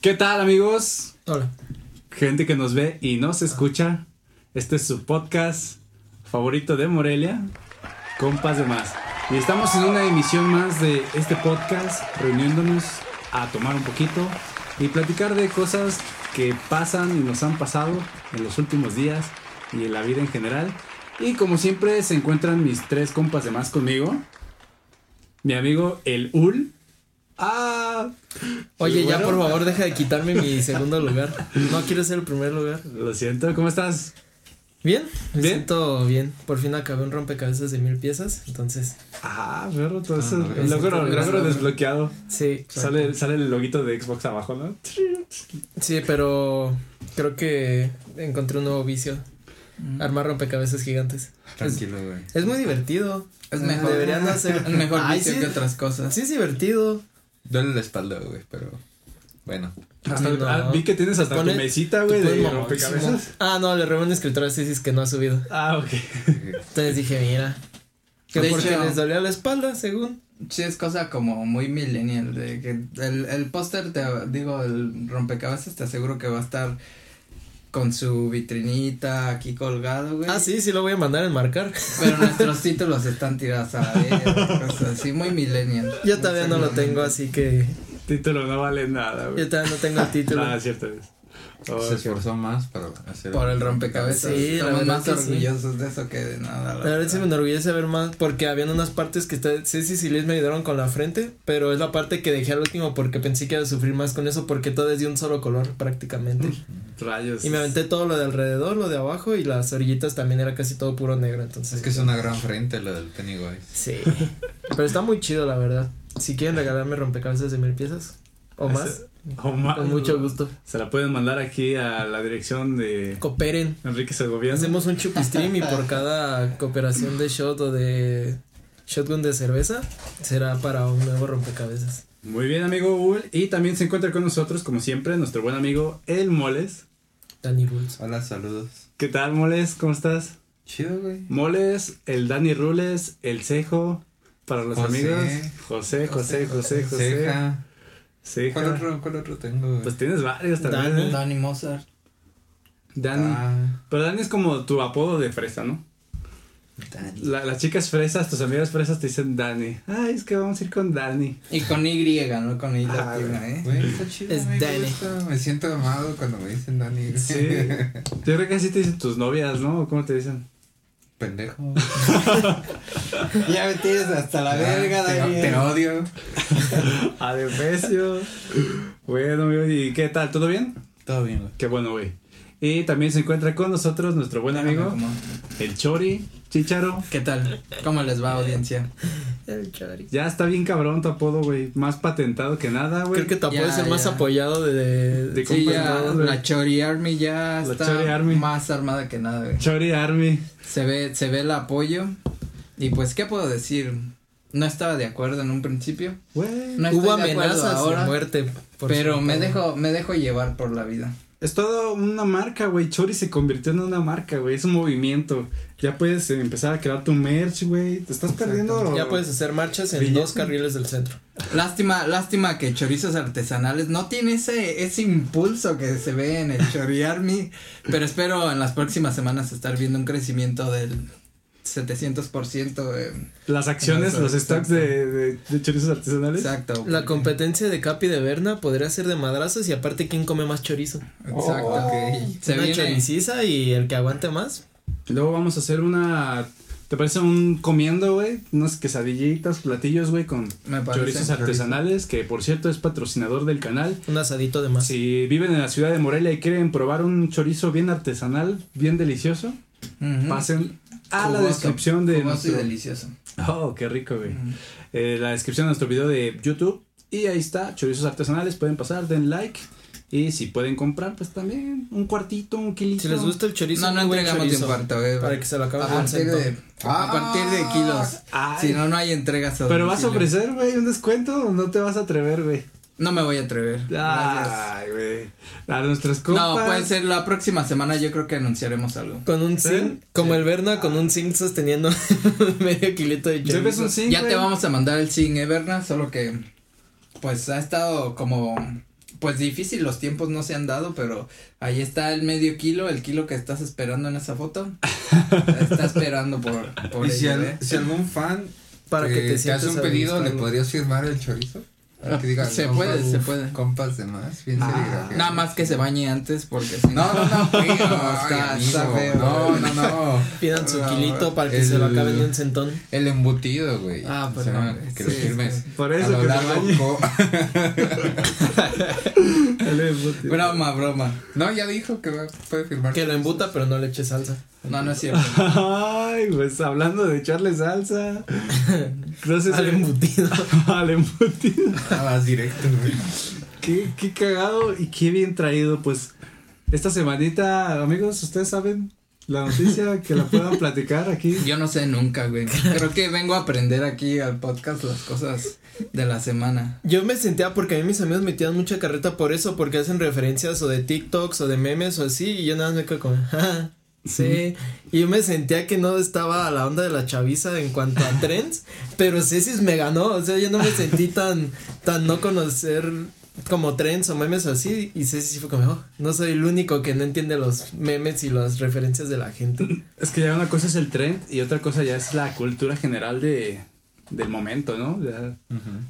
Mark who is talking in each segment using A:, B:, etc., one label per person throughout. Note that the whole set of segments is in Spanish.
A: ¿Qué tal amigos?
B: Hola.
A: Gente que nos ve y nos escucha. Este es su podcast favorito de Morelia, Compas de Más. Y estamos en una emisión más de este podcast, reuniéndonos a tomar un poquito y platicar de cosas que pasan y nos han pasado en los últimos días y en la vida en general. Y como siempre se encuentran mis tres compas de más conmigo. Mi amigo el Ul. Ah,
B: Oye,
A: Bueno.
B: ya por favor deja de quitarme mi segundo lugar. No quiero ser el primer lugar.
A: lo siento, ¿cómo estás?
B: Bien, me
A: Bien.
B: siento bien. Por fin acabé un rompecabezas de mil piezas. Entonces,
A: Ah, perro, todo eso.
B: no,
A: el logro,
B: gracias,
A: logro
B: gracias.
A: desbloqueado.
B: sí.
A: Sale, sale el loguito de Xbox abajo, ¿no?
B: Sí, pero creo que encontré un nuevo vicio.
A: Mm.
B: Armar rompecabezas gigantes.
C: Tranquilo, güey.
B: Es muy divertido.
D: Es mejor.
B: Deberían hacer-
D: Es mejor
B: Ay,
D: vicio
B: sí.
D: que otras cosas.
B: Sí es divertido.
C: Duele la espalda, güey, pero bueno.
A: Hasta,
B: No.
A: ah, vi que tienes hasta
B: Pone-
A: tu mesita, güey,
B: Tú
A: de
B: puedes
A: rompecabezas.
B: mamadísimo. Ah, no, le robé un escritor a Cecis que no ha subido.
A: Ah, ok.
B: Entonces dije, mira. Que
D: De
B: porque
D: hecho-
B: les dolía la espalda, según.
D: Sí, es cosa como muy millennial. De que el, el póster, te digo, el rompecabezas, te aseguro que va a estar con su vitrinita aquí colgado, güey.
B: Ah, sí, sí lo voy a mandar a enmarcar.
D: Pero nuestros títulos están tirados a la verga, cosas así, muy millennial.
B: Yo todavía no lo tengo, así que
A: Título no vale nada,
B: yo
A: güey.
B: todavía no tengo el título.
A: Ah, cierto es. Oh,
C: Se esforzó más para hacer.
D: Por el rompecabezas.
B: Sí, la
D: Estamos
B: verdad
D: más
B: que sí.
D: orgullosos de eso que de nada.
B: La verdad sí me enorgullece ver más, porque habían unas partes que está, Ceci y Liz me ayudaron con la frente, pero es la parte que dejé al último porque pensé que iba a sufrir más con eso porque todo es de un solo color prácticamente.
A: Rayos.
B: Y me aventé todo lo de alrededor, lo de abajo y las orillitas también era casi todo puro negro, entonces.
C: Es que es una gran frente la del Pennywise.
B: Sí. pero está muy chido, la verdad. Si quieren regalarme rompecabezas de mil piezas o más,
A: Oh, ma-
B: con mucho gusto.
A: Se la pueden mandar aquí a la dirección de
B: Cooperen.
A: Enrique Segoviano.
B: Hacemos un chupistream y por cada cooperación de shot o de shotgun de cerveza será para un nuevo rompecabezas.
A: Muy bien, amigo Bull. Y también se encuentra con nosotros, como siempre, nuestro buen amigo El Moles.
B: Danny Bulls.
C: Hola, saludos.
A: ¿Qué tal, Moles? ¿Cómo estás?
C: Chido, güey.
A: Moles, el Dani Rules, el Cejo. Para los
C: José.
A: amigos. José, José, José, José.
C: Ceja.
A: Ceja.
C: ¿Cuál otro, cuál otro tengo, güey?
A: Pues tienes varios también.
B: Dani.
A: ¿eh?
D: Donny Mozart.
A: Dani.
C: Ah,
A: Pero Dani es como tu apodo de fresa, ¿no?
C: Dani.
A: La- las chicas fresas, tus amigas fresas te dicen Dani. Ay, es que vamos a ir con Dani.
D: Y con Y, no con I
A: Ah,
D: latina, ¿eh?
C: Güey, está chido.
B: Es
C: me
B: Dani.
C: gusta. Me siento amado cuando me dicen Dani. güey.
A: Sí. Yo creo que así te dicen tus novias, ¿no? ¿O ¿Cómo te dicen?
C: Pendejo.
D: Ya me tienes hasta
B: Ah,
D: la verga,
C: Ah, te,
D: Daniel.
C: te odio.
A: A de precio. Bueno, amigo, ¿y qué tal? ¿Todo bien?
C: Todo bien, güey.
A: Qué bueno, güey. Y también se encuentra con nosotros nuestro buen amigo, el Chori, Chicharo.
D: ¿Qué tal? ¿Cómo les va, audiencia?
B: El Chari.
A: Ya está bien cabrón tu apodo, güey. Más patentado que nada, güey.
B: Creo que te
D: Ya,
B: puedes ser más
D: ya.
B: apoyado de, de-
A: De-
D: Sí,
A: compas
D: ya,
A: armados, güey.
D: la Chori Army ya
A: La
D: está
A: Chori Army.
D: más armada que nada, güey.
A: Chori Army.
D: Se ve, se ve el apoyo. Y pues, ¿qué puedo decir? No estaba de acuerdo en un principio.
A: Güey.
D: No
B: Hubo
D: estoy de acuerdo
B: amenazas de,
D: ahora,
B: muerte. por
D: pero
B: su-
D: me dejo, me dejo llevar por la vida.
A: Es todo una marca, güey. Chori se convirtió en una marca, güey. Es un movimiento. Ya puedes eh, empezar a crear tu merch, güey. Te estás perdiendo.
B: Ya puedes hacer marchas en
A: Billete.
B: dos carriles del centro.
D: Lástima, lástima que chorizos artesanales no tiene ese, ese impulso que se ve en el Chori Army. Pero espero en las próximas semanas estar viendo un crecimiento del 700%. eh,
A: Las acciones,
D: Exacto.
A: los stocks de, de, de chorizos artesanales.
D: Exacto.
B: La
D: porque-
B: competencia de Capi de Berna podría ser de madrazos y aparte quién come más chorizo.
D: Exacto.
C: Oh,
D: Se
B: Una
D: viene.
B: choriciza y el que aguante más.
A: Luego vamos a hacer una. ¿Te parece un comiendo, güey? Unas quesadillitas, platillos, güey, con
D: Me parece.
A: chorizos artesanales. Que por cierto es patrocinador del canal.
B: Un asadito de más.
A: Si viven en la ciudad de Morelia y quieren probar un chorizo bien artesanal, bien delicioso,
D: Ujú.
A: pasen a la
D: Jugoso,
A: descripción de.
D: jugoso y
A: nuestro-
D: delicioso.
A: Oh, qué rico, güey. eh, la descripción de nuestro video de YouTube. Y ahí está, chorizos artesanales, pueden pasar, den like. Y si pueden comprar, pues también un cuartito, un kilito.
B: Si les gusta el chorizo,
D: No, no
B: muy buen
D: entregamos de un
B: chorizo.
D: cuarto, eh.
B: Para que se lo
D: a
B: acaben con
D: partir
B: centón.
D: de, a partir de kilos.
A: Ay,
D: Si no, no hay entregas a
A: Pero vas a
D: domicilio.
A: ofrecer, güey, un descuento o no te vas a atrever, güey.
D: No me voy a atrever.
A: Ah.
D: Gracias.
A: Ay, güey. A nuestras compas.
D: No, puede ser la próxima semana. Yo creo que anunciaremos algo.
B: Con un
A: ¿Sí?
B: zinc, como el Berna con un zinc sosteniendo medio kilito de chorizo.
A: Debes un zinc,
D: ya
A: güey.
D: te vamos a mandar el sin Everna, solo que pues ha estado como pues difícil, los tiempos no se han dado, pero ahí está el medio kilo, el kilo que estás esperando en esa foto. está esperando por, por
C: Y si,
D: ella,
C: al-
D: ¿eh?
C: si algún fan
B: Para que te
C: hace
B: sientas
C: un
B: a
C: pedido, ¿le
B: buscarlo.
C: podrías firmar el chorizo? Para que diga,
D: Se
C: no,
D: puede,
C: uf,
D: se puede.
C: Compas de más, bien
D: Ah,
C: serigrafiado.
D: nada más que se bañe antes porque si no.
C: No, no, no, feo,
D: Está-
C: ay,
D: está
C: amigo,
D: feo.
C: No, no, no.
B: Pidan su
C: No,
B: kilito para que se lo acaben de un centón.
C: El embutido, güey.
D: Ah,
C: O
D: pues
C: sea,
D: no,
C: Que
D: sí,
C: lo firmes.
D: sí.
A: Por
C: A
A: eso
C: lo
A: que
C: largo,
A: se
C: co-
A: bañe.
D: Broma, broma.
C: No, ya dijo que va- puede firmar.
B: Que lo embuta, pero no le eche salsa.
D: No, no es cierto.
A: Ay, pues hablando de echarle salsa. Entonces,
B: Al embutido.
A: al embutido.
C: Ah, vas directo, güey.
A: Qué, qué cagado y qué bien traído. Pues esta semanita, amigos, ustedes saben la noticia que la puedan platicar aquí.
D: Yo no sé nunca, güey. Creo que vengo a aprender aquí al podcast las cosas de la semana.
B: Yo me sentía porque a mí mis amigos me tiran mucha carreta por eso, porque hacen referencias o de TikToks o de memes o así, y yo nada más me quedo como, "Ja, sí. Y yo me sentía que no estaba a la onda de la chaviza en cuanto a trends, pero Cecis me ganó, o sea, yo no me sentí tan, tan no conocer como trends o memes o así, y Ceci sí fue como, "Oh, no soy el único que no entiende los memes y las referencias de la gente.
A: Es que ya una cosa es el trend y otra cosa ya es la cultura general de, del momento, ¿no? Ya,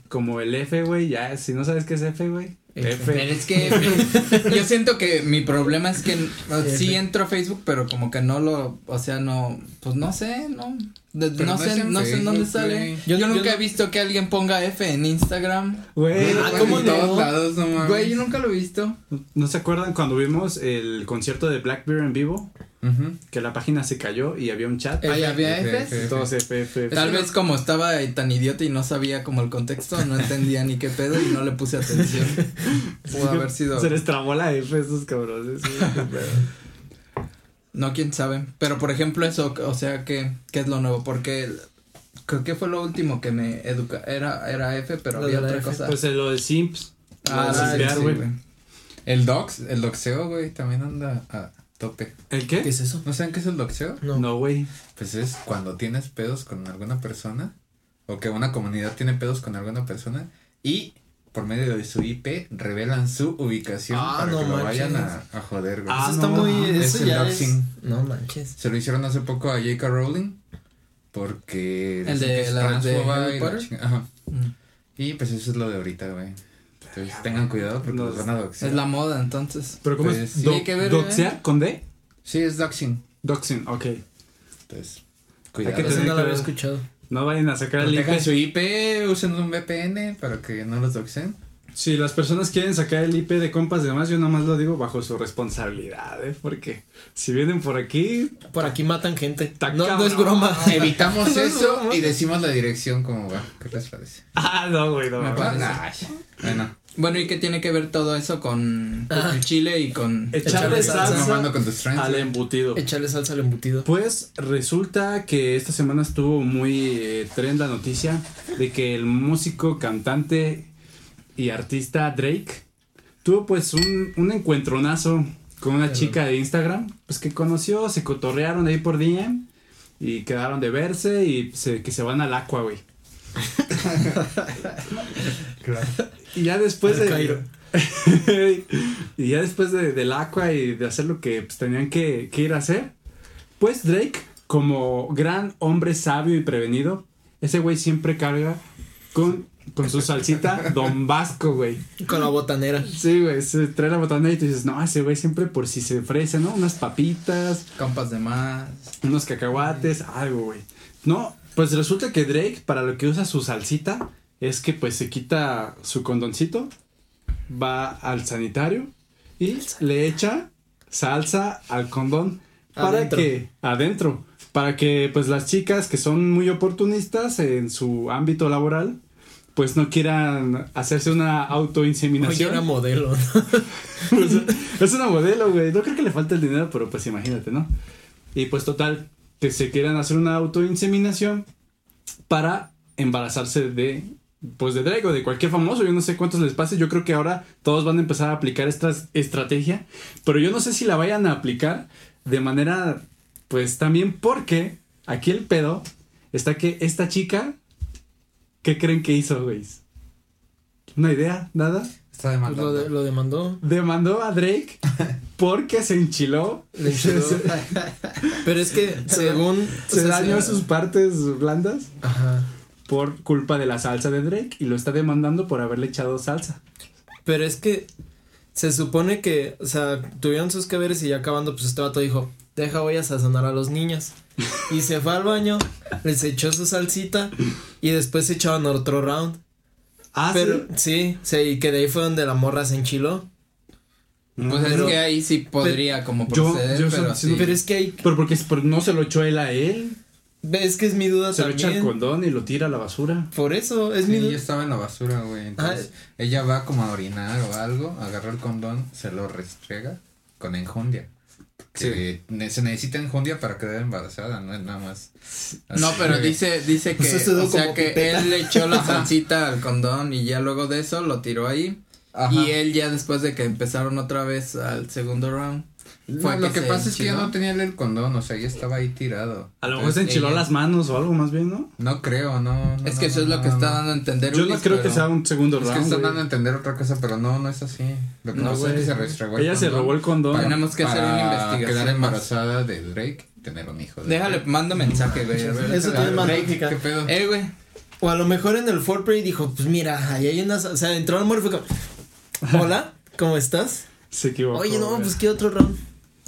A: Como el F, güey, ya, si no sabes qué es F, güey.
B: F.
D: Pero
A: F.
D: es que yo siento que mi problema es que uh, sí entro a Facebook, pero como que no lo, o sea, no, pues no sé, no, de-
C: Pero
D: no,
C: no es
D: sé,
C: en
D: no sé en dónde
C: Facebook,
D: sale.
C: güey.
B: Yo-
D: Yo,
B: yo
D: nunca
B: no-
D: he visto que alguien ponga F en Instagram.
A: Güey,
B: Ah,
C: Güey,
B: ¿cómo
C: en
B: no?
C: todos lados, no mames.
D: Güey, yo nunca lo he visto.
A: ¿no se acuerdan cuando vimos el concierto de Blackbeard en vivo?
C: Ujú.
A: Que la página se cayó y había un chat.
D: Ahí
B: F,
D: Eh, había
C: F,
D: Fs.
C: F.
A: Todos F, F, F.
D: Tal vez como estaba tan idiota y no sabía como el contexto, no entendía ni qué pedo y no le puse atención. Pudo haber sido.
A: Se les trabó la F a estos cabrones. sí, qué pedo.
D: No, quién sabe. Pero por ejemplo, eso, o sea, ¿qué, qué es lo nuevo? Porque creo que fue lo último que me educa. Era, era F, pero
B: Lo
D: había
B: de la
D: otra
B: F,
D: cosa.
A: Pues eh, lo de Simps. lo de
D: ah, sí,
A: simpear,
D: sí,
A: güey.
D: güey.
C: El dox, el doxeo, güey, también anda a tope.
A: ¿El
B: ¿Qué
A: qué?
B: es eso?
C: ¿No saben qué es el doxeo?
B: No.
A: No, güey.
C: Pues es cuando tienes pedos con alguna persona o que una comunidad tiene pedos con alguna persona y por medio de su IP revelan su ubicación
B: Ah,
C: para
B: no
C: que lo vayan a,
B: manches.
C: a joder, güey.
A: Ah,
B: eso está
A: no,
B: muy,
A: no,
B: eso
C: es el
B: ya es,
C: doxing.
B: no manches.
C: Se lo hicieron hace poco a J.K. Rowling porque
D: El
C: dicen
D: de
C: que es
D: la- de
C: transfoba
D: Harry
C: y la
D: Potter.
C: chinga- ajá.
D: Mm.
C: Y pues eso es lo de ahorita, güey. Entonces tengan cuidado porque
A: Nos-
C: los van a
D: Es
C: doxear.
D: la moda, entonces.
A: ¿Pero cómo
C: Pues,
A: es?
C: sí,
A: Do-
D: hay que ver, ¿eh?
A: ¿Doxear con D?
C: Sí, es doxing.
A: Doxing, ok.
C: Entonces,
A: Hay
C: cuidado.
A: que
B: Eso
A: tener
B: no lo había
A: cuidado.
B: escuchado.
A: No vayan a sacar el IP.
C: Protejan su IP, usen un VPN para que no los doxen.
A: Si las personas quieren sacar el IP de compas de más, yo nada más lo digo bajo su responsabilidad, ¿eh? Porque si vienen por aquí,
B: Por aquí matan gente.
A: Ta
B: No, no es
A: cabrón.
B: broma.
C: Evitamos
B: No,
C: eso
B: no, no.
C: y decimos la dirección como va. ¿Qué les parece?
A: ah, no, güey, no.
D: Me
A: mames.
D: parece.
C: Bueno,
D: Bueno, ¿y qué tiene que ver todo eso con con
B: Ah.
D: el chile y con.
A: Echarle
B: Echarle
C: estás
B: salsa
A: salsa
C: mamando con tus friends.
A: al
C: güey.
A: embutido.
B: Echarle salsa al embutido.
A: Pues resulta que esta semana estuvo muy eh, trend la noticia de que el músico, cantante y artista Drake tuvo pues un, un encuentronazo con una chica de Instagram, pues que conoció, se cotorrearon ahí por DM y quedaron de verse y se- que se van al Aqua, güey. Y ya después
B: Al
A: de...
B: Cairo.
A: y ya después de, del Aqua y de hacer lo que pues, tenían que, que ir a hacer, pues Drake, como gran hombre sabio y prevenido, ese güey siempre carga con, con su salsita Don Vasco, güey.
B: Con la botanera.
A: Sí, güey, se trae la botanera y tú dices, no, ese güey siempre por si se ofrece, ¿no? Unas papitas,
D: Compas de más.
A: unos cacahuates, algo, güey. No, pues resulta que Drake, para lo que usa su salsita, es que pues se quita su condoncito, va al sanitario y le echa salsa al condón para
B: Adentro.
A: que adentro, para que pues las chicas que son muy oportunistas en su ámbito laboral, pues no quieran hacerse una
B: Oye,
A: autoinseminación.
B: era modelo.
A: O sea, es una modelo, güey. No creo que le falte el dinero, pero pues imagínate, ¿no? Y pues total, que se quieran hacer una autoinseminación para embarazarse de, pues de Drake o de cualquier famoso. Yo no sé cuántos les pase. Yo creo que ahora todos van a empezar a aplicar esta estrategia. Pero yo no sé si la vayan a aplicar de manera, pues también porque aquí el pedo está que esta chica, ¿qué creen que hizo, güey? ¿Una idea? ¿Nada?
C: Está
B: Pues
C: demandando.
B: lo, de- lo demandó.
A: Demandó a Drake porque se enchiló.
B: Le enchiló.
A: se
B: Pero es que según.
A: se
B: o sea,
A: dañó
B: se-
A: sus partes blandas
B: Ajá.
A: por culpa de la salsa de Drake y lo está demandando por haberle echado salsa.
B: Pero es que se supone que, o sea, tuvieron sus que veres y ya acabando, pues este vato dijo, deja voy a sazonar a los niños. Y se fue al baño, les echó su salsita y después se echaban otro round.
A: Ah,
B: pero sí, sí, y que de ahí fue donde la morra se enchiló.
D: Pues es
B: Pero-
D: que ahí sí podría como
A: yo-
D: proceder,
A: yo
D: pero
A: solo-
D: así.
B: Pero es que ahí,
A: Pero porque es- por- no se lo echó él a él.
B: es que es mi duda
A: Se lo echa
B: también.
A: el condón y lo tira a la basura.
B: Por eso, es mi
C: Sí, yo
B: duda.
C: estaba en la basura, güey. Entonces, ella va como a orinar o algo, agarra el condón, se lo restrega con enjundia. Que ne- se necesita enjundia para quedar embarazada, no es nada más. así
D: No, pero
C: de-
D: dice, dice que,
B: Pues eso
D: o
B: quedó
D: sea
B: como
D: que
B: pipeta.
D: él le echó la salsita al condón y ya luego de eso lo tiró ahí.
C: Ajá.
D: Y él ya después de que empezaron otra vez al segundo round.
C: No,
D: fue
C: lo que,
D: que se
C: pasa es que ya
D: enchiló.
C: no tenía el condón, o sea, ya estaba ahí tirado.
A: A lo mejor se
C: Entonces,
A: enchiló
C: ella-
A: las manos o algo más bien, ¿no?
C: No creo, no. no,
D: es que
C: no,
D: eso es
C: no,
D: lo que
C: no,
D: está
C: no.
D: dando a entender
A: Yo no
D: Ulises,
A: creo que
D: pero-
A: sea un segundo
C: Es que
A: round.
C: están dando a
A: güey.
C: entender otra cosa, pero no, no es así. Lo que
A: No,
C: pasa es que
A: güey.
C: se restregó el
A: Ella se
C: condón
A: robó el condón.
C: para-
D: Tenemos que hacer
C: para
D: una investigación
C: Quedar
D: más.
C: embarazada de Drake y tener un hijo. de
D: Déjale, pues,
C: Drake.
D: mando mensaje, güey. a ver.
B: Eso
C: Déjale,
B: tiene más
C: Drake,
B: lógica.
C: ¿Qué pedo?
D: Eh, güey.
B: O a lo mejor en el foreplay dijo, pues mira, ahí hay unas, o sea, entró al morro y fue como, hola, ¿cómo estás?
A: Se equivocó.
B: Oye, no,
A: güey.
B: pues qué otro round.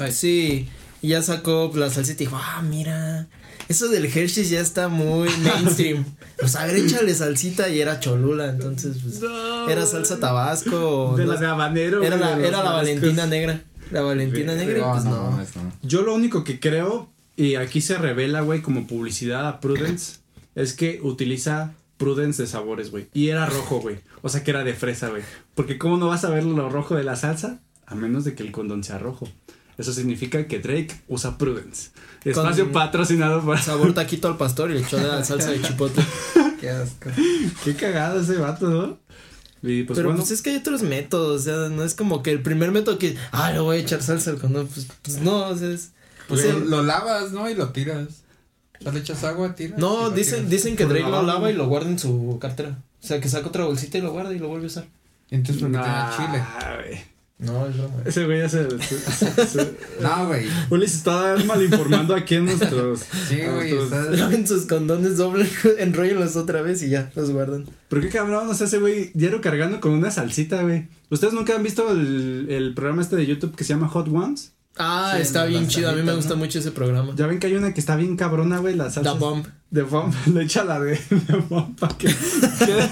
D: Ay.
B: Sí, y ya sacó la salsita y dijo, ah, mira, eso del Hershey's ya está muy mainstream. pues a ver, échale salsita y era Cholula, entonces, pues,
A: No,
B: era salsa Tabasco. o
A: De
B: no
A: la de
B: sé.
A: habanero.
B: era
A: güey,
B: la,
A: de los
B: era la
A: mariscos.
B: Valentina Negra. La Valentina
A: Verga.
B: Negra, y pues
C: no,
B: no.
C: mames, no.
A: Yo lo único que creo, y aquí se revela, güey, como publicidad a Prudence, es que utiliza Prudence de sabores, güey. Y era rojo, güey. O sea que era de fresa, güey. Porque ¿cómo no vas a ver lo rojo de la salsa? A menos de que el condón sea rojo. Eso significa que Drake usa Prudence. Espacio
B: Con-
A: patrocinado por...
B: Sabor taquito al pastor y le echó la salsa de chipotle.
D: Qué asco.
A: Qué cagado ese vato, ¿no? Y pues
B: Pero
A: bueno,
B: pues es que hay otros métodos, o sea, no es como que el primer método que, ah, le voy a echar salsa al condón, pues, pues no, o sea, es...
C: Pues
B: Sí.
C: lo, lo lavas, ¿no? Y lo tiras. O sea, le echas agua, tiras. y
B: No,
C: lo
B: dicen,
C: tiras.
B: dicen que
A: Por
B: Drake lo
A: lavado.
B: lava y lo guarda en su cartera. O sea, que saca otra bolsita y lo guarda y lo vuelve a usar.
C: Y entonces porque
A: nah,
C: tiene chile.
A: güey.
B: No, es broma.
A: Ese güey ya se... se- se- se-
C: No, güey.
A: Ulises está malinformando aquí en nuestros...
C: Sí,
A: a
C: güey.
A: nuestros-
C: está-
B: Laven sus condones doble, enrollenlos otra vez y ya, los guardan.
A: Pero qué cabrón, o sea, ese güey diario cargando con una salsita, güey. ¿Ustedes nunca han visto el, el programa este de YouTube que se llama Hot Ones?
B: Ah,
D: Sí,
B: está
D: las
B: bien chido, a mí me
D: tacitas,
B: gusta
D: ¿no?
B: mucho ese programa.
A: Ya ven que hay una que está bien cabrona, güey, la salsa.
B: Da bomb.
A: De bomb, le echa la de, de bomb para que quede,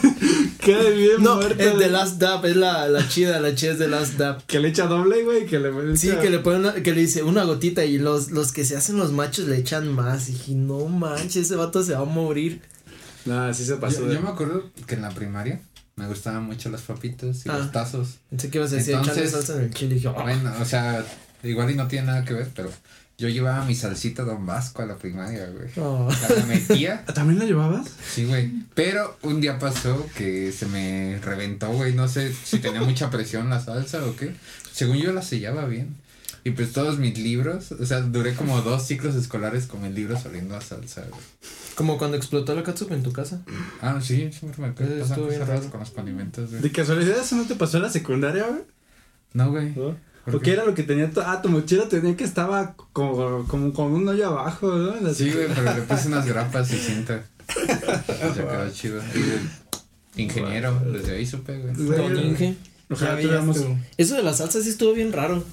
A: quede bien
B: No,
A: muerta.
B: es The
A: güey.
B: Last Dab, es la, la chida, la chida es The Last Dab.
A: Que le echa doble, güey, que le...
B: Sí,
A: echa-
B: que le ponen, una- que le dice una gotita y los, los que se hacen los machos le echan más. Y dije, no manches, ese vato se va a morir.
A: No, sí se pasó.
C: Yo,
A: de-
C: yo me acuerdo que en la primaria me gustaban mucho las papitas y
B: Ah.
C: los tazos.
B: Pensé que ibas a decir echarle
C: Entonces-
B: salsa en el chile. Y dije, "Ah".
C: Bueno, o sea, igual y no tiene nada que ver, pero yo llevaba mi salsita Don Vasco a la primaria, güey.
B: Oh.
C: La metía.
A: ¿También la llevabas?
C: Sí, güey. Pero un día pasó que se me reventó, güey. No sé si tenía mucha presión la salsa o qué. Según yo la sellaba bien. Y pues todos mis libros, o sea, duré como dos ciclos escolares con mis libros oliendo a salsa, güey.
B: Como cuando explotó la catsup en tu casa.
C: Ah, sí, siempre me acuerdo.
B: Eh,
C: Pasan
B: estuvo bien
C: cosas
B: raro.
C: raras con los condimentos, güey.
A: ¿De casualidad eso no te pasó en la secundaria, güey?
C: No, güey.
A: ¿No?
C: ¿Por
A: Porque
C: qué?
A: era lo que tenía... tu- Ah, tu mochila tenía que estaba como, como con un hoyo abajo, ¿no? En la-
C: Sí, güey, pero le puse unas grapas y cinta. Ya quedó chido. Y de Ingeniero, desde ahí supe, güey.
A: Güey,
B: Con Inge.
A: Ojalá
D: Ya
A: tuviéramos...
D: veías tú.
B: Eso de la salsa sí estuvo bien raro.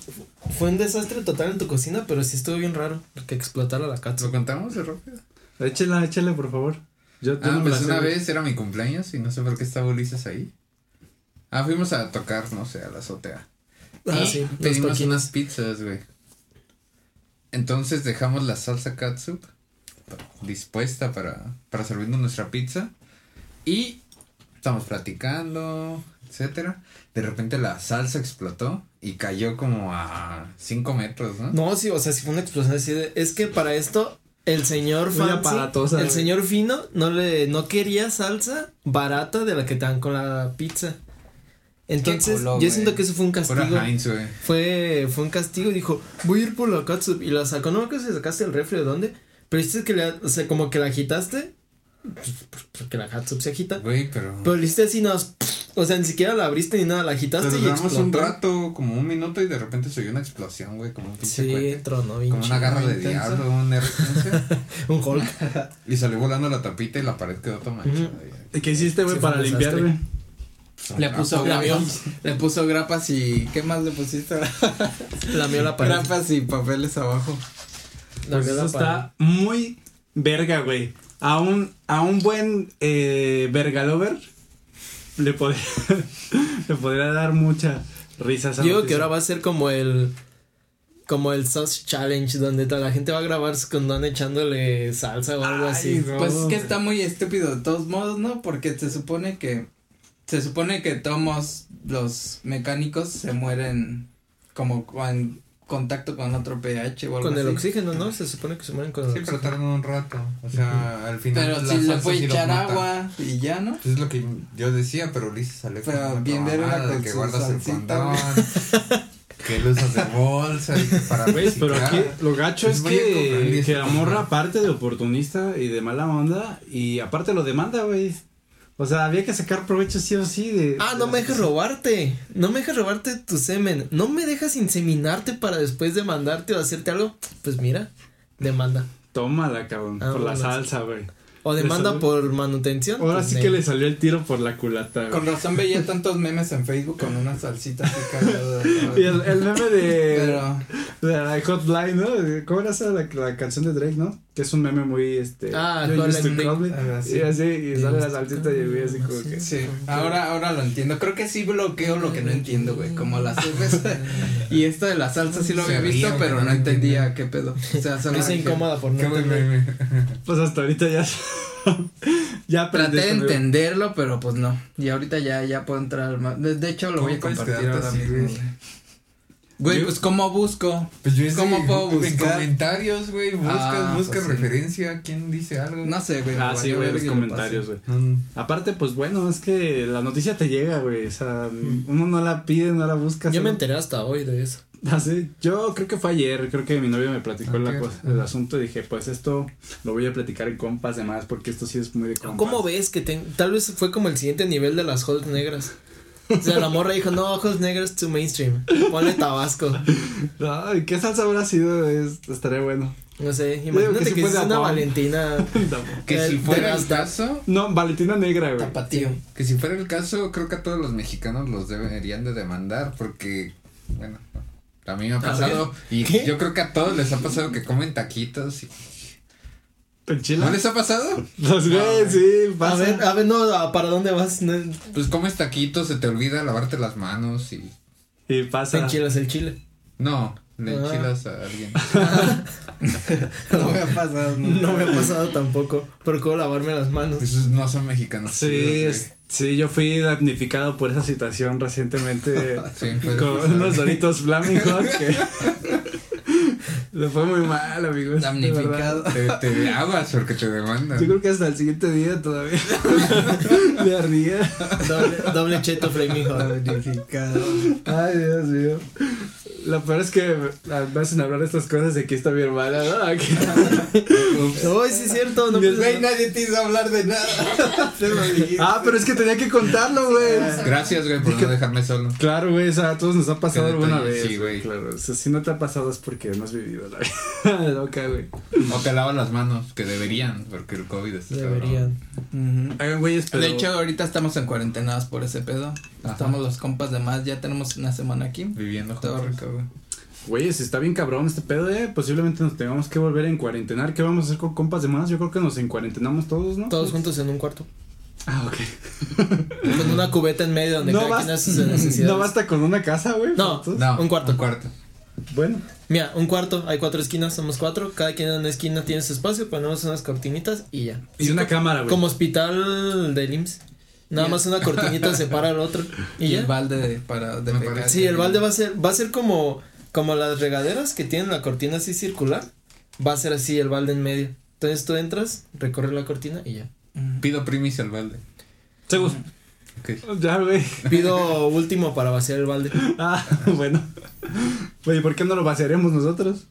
B: Fue un desastre total en tu cocina, pero sí estuvo bien raro que explotara la
C: ¿Lo
B: catsup.
C: contamos de rápido?
A: Échela, échela, por favor. Yo, yo
C: Ah,
A: no me la
C: pues
A: sé,
C: una
A: güey.
C: vez era mi cumpleaños y no sé por qué estaba Ulises ahí. Ah, fuimos a tocar, no sé, a la azotea.
B: Ah,
C: Y
B: sí, los
C: Pedimos
B: toquines.
C: unas pizzas, güey. Entonces dejamos la salsa catsup dispuesta para, para servirnos nuestra pizza. Y estamos platicando, etcétera. De repente la salsa explotó y cayó como a 5 metros, ¿no?
B: No, sí, o sea, sí fue una explosión así de. Es que para esto, el señor
A: Muy
B: fancy,
A: aparatosa,
B: el
A: güey.
B: señor fino, no le, no quería salsa barata de la que te dan con la pizza. Entonces,
D: culo,
B: yo
D: güey.
B: siento que eso fue un castigo.
C: Pura Heinz, güey.
B: Fue, fue un castigo y dijo, voy a ir por la catsup. Y la sacó, no me acuerdo si sacaste el refri de dónde, pero hiciste que le, o sea, como que la agitaste, pues, porque la catsup se agita.
C: Güey, pero...
B: Pero le hiciste así, nada más, O sea, ni siquiera la abriste ni nada, la agitaste
C: Nos
B: y
C: duramos
B: explotó.
C: un rato, como un minuto, y de repente se oyó una explosión, güey, como un pinche
B: Sí,
C: cohete.
B: tronó bien
C: Como una garra
B: chido,
C: de
B: intenso.
C: diablo, un R15.
B: Un Hulk.
C: y salió volando la tapita y la pared quedó toda manchada. güey.
A: ¿Qué hiciste, güey,
B: Sí, fue
A: para
B: un
A: limpiar,
B: desastre.
A: güey?
C: Pues,
D: Le
C: ah,
D: puso
B: la vio.
D: grapas. Le puso grapas y. ¿Qué más le pusiste?
B: Lamió la pared.
D: grapas y papeles abajo.
A: Pues
B: Lamió
A: eso
B: la pared.
A: está muy verga, güey. A un, a un buen eh, verga lover le podría, le podría dar mucha risa. esa
B: Digo que
A: noticia.
B: ahora va a ser como el. Como el sauce challenge, donde toda la gente va a grabar su condón echándole salsa o algo
A: Ay,
B: así.
A: no.
D: Pues es que está muy estúpido de todos modos, ¿no? Porque se supone que. Se supone que tomos los mecánicos se mueren como en contacto con otro pH o algo
B: Con el
D: así.
B: oxígeno, ¿no? Se supone que se mueren con el
C: Sí, pero
B: oxígeno.
C: tardan un rato. O sea, al final.
D: Pero
C: la
D: si le
C: salsa
D: puede
C: sí los
D: echar
C: mata.
D: agua y ya, ¿no?
C: Es lo que yo decía, pero Ulises salió con
D: Pero
C: una
D: bien verga
C: mamada de
D: con
C: que
D: su
C: guardas el
D: salsita,
C: condón, que lo usas de bolsa y que para
A: Güey, pero
C: reciclar.
A: aquí lo gacho
C: Es
A: es
C: muy
A: que,
C: economista.
A: que la morra, aparte de oportunista y de mala onda, y aparte lo demanda, güey. O sea, había que sacar provecho sí o sí de.
B: Ah, no me dejes robarte. No me dejes robarte tu semen. No me dejas inseminarte para después demandarte o hacerte algo. Pues mira, demanda.
A: Tómala, cabrón,
B: Ah,
A: por la
B: bueno,
A: salsa, güey.
B: O demanda
A: Eso-
B: por manutención.
A: Pues Ahora
B: pues,
A: sí
B: ne-
A: que le salió el tiro por la culata, güey.
D: Con razón veía tantos memes en Facebook con una salsita así cagada.
A: Y el, el meme de.
D: Pero.
A: De la Hotline, ¿no? ¿Cómo era esa la, la canción de Drake, no? Que es un meme muy, este...
B: Ah,
A: yo used
B: Hotline
A: to call me.
D: Ah, sí.
A: Y así, y sale la salsita y el güey así como que...
D: Sí, ahora, ahora lo entiendo. Creo que sí bloqueo lo que no entiendo, güey. Como las uves. Y esto de la salsa sí lo había
C: Se
D: visto,
C: ríen,
D: pero
C: que
D: no
C: no
D: entendía qué pedo. O sea, solo
B: Que es
D: dije,
B: incómoda por no
C: Qué buen
B: entender.
C: meme.
A: Pues hasta ahorita ya... ya aprendí.
D: Traté de entenderlo, pero pues no. Y ahorita ya, ya puedo entrar más. De, de hecho, lo voy a
C: ¿Cómo puedes
D: compartir
C: quedarte
D: ahora
C: así,
D: mismo.
C: güey?
D: güey. Güey,
A: Yo-
D: pues ¿cómo busco?
C: Pues yo ese-
D: ¿Cómo puedo
C: En
D: buscar?
C: comentarios, güey, buscas,
D: Ah,
C: buscas
D: pues sí.
C: referencia, quién dice algo.
D: No sé, güey.
A: Ah,
D: me
A: sí,
D: valió
A: güey, los
D: verga y lo
A: comentarios, güey.
C: Mm,
A: Aparte, pues bueno, es que la noticia te llega, güey. O sea,
D: Mm.
A: uno no la pide, no la busca.
B: Yo
A: solo-
B: me enteré hasta hoy de eso.
A: Ah, sí. Yo creo que fue ayer, creo que mi novia me platicó la
C: Ayer,
A: cosa-
C: ajá.
A: el asunto y dije, pues esto lo voy a platicar en compas de más porque esto sí es muy de compas.
B: ¿Cómo ves que te- tal vez fue como el siguiente nivel de las holes negras? O sea, la morra dijo, no, holes negras to mainstream. Ponle Tabasco.
A: Ay, ¿qué salsa habrá sido? Es- estaría bueno.
B: No sé,
A: Digo que
B: imagínate
A: sí
B: que,
A: fue
B: es
A: de
B: una
A: Japón.
B: Valentina.
C: Que
B: de-
C: si
B: de
C: fuera el
B: las-
C: caso,
A: No, Valentina Negra, güey.
B: Tapatío.
C: que si fuera el caso, creo que a todos los mexicanos los deberían de demandar porque, bueno, a mí me ha pasado y
B: ¿Qué?
C: yo creo que a todos les ha pasado que comen taquitos. y-
A: ¿Con chila?
C: ¿No les ha pasado?
A: Los güey, sí,
B: A
A: pasa.
B: ver, ah, a ver, no, a- ¿para dónde vas? No,
C: Pues comes taquitos, se te olvida lavarte las manos y
A: Y
B: te
A: pasa.
B: enchilas el chile.
C: no, le
B: Ah.
C: enchilas a alguien.
D: pasé. No me ha pasado. no.
B: No me ha pasado tampoco. Pero cómo lavarme las manos.
C: Esos no son mexicanos.
A: Sí,
C: chidos,
A: es- sí, yo fui damnificado por esa situación recientemente
C: güey. Sí, pero-
A: con unos doritos Flaming Hot que le fue muy mal, amigos. de verdad.
D: Damnificado.
C: Te, te aguas porque te demandan.
A: Yo creo que hasta el siguiente día todavía me ardía.
B: Doble, doble cheto flaming hot.
D: Damnificado.
A: Ay, Dios mío. Lo peor es que ah, me hacen hablar estas cosas de aquí está mi hermana, ¿no? Aquí-
B: Uy, sí es cierto. No,
A: Dios,
B: pensé-
D: Güey, nadie te hizo hablar de nada. Te lo dijiste.
A: Ah, pero es que tenía que contarlo, güey.
C: Gracias, güey, por no dejarme solo.
A: Claro, güey, o sea, a todos nos ha pasado
C: Qué
A: alguna
C: detalle,
A: vez.
C: sí, güey.
A: Claro, o sea, si no te ha pasado es porque no has vivido la vida loca, güey.
C: O te lavas las manos, que deberían, porque el COVID está cabrón.
B: Deberían.
D: Ujú.
A: Hagan güeyes, pero...
D: De hecho, ahorita estamos en cuarentenadas por ese pedo.
C: Ajá.
D: Estamos los compas de más, ya tenemos una semana aquí.
C: Viviendo
D: Todo
C: juntos.
D: rico, güey.
A: Güeyes, está bien cabrón este pedo, eh. Posiblemente nos tengamos que volver a encuarentenar. ¿Qué vamos a hacer con compas de más? Yo creo que nos encuarentenamos todos, ¿no?
B: Todos juntos en un cuarto.
A: Ah, ok.
B: Con una cubeta en medio donde
A: No,
B: cada
A: bas-
B: quien hace sus
A: no
B: necesidades.
A: basta con una casa, güey.
B: No.
A: Entonces,
C: No,
B: Un cuarto.
C: Un cuarto.
A: Bueno.
B: Mira, un cuarto, hay cuatro esquinas, somos cuatro. Cada quien en una esquina tiene su espacio, ponemos unas cortinitas y ya.
A: Y una cámara, güey.
B: Como hospital del IMSS. Nada
D: Y-
B: más una cortinita separa al otro.
D: Y,
B: Y, ya.
D: el balde de- para de
C: Me
D: pegar.
C: parece.
B: Sí, el balde va a ser, va a ser como, como las regaderas que tienen la cortina así circular. Va a ser así el balde en medio. Entonces tú entras, recorres la cortina y ya.
C: Pido primis al balde.
A: Segus.
C: Ok.
A: Pues Ya, güey.
B: Pido último para vaciar el balde.
A: Ah, bueno. Güey, ¿por qué no lo vaciaremos nosotros?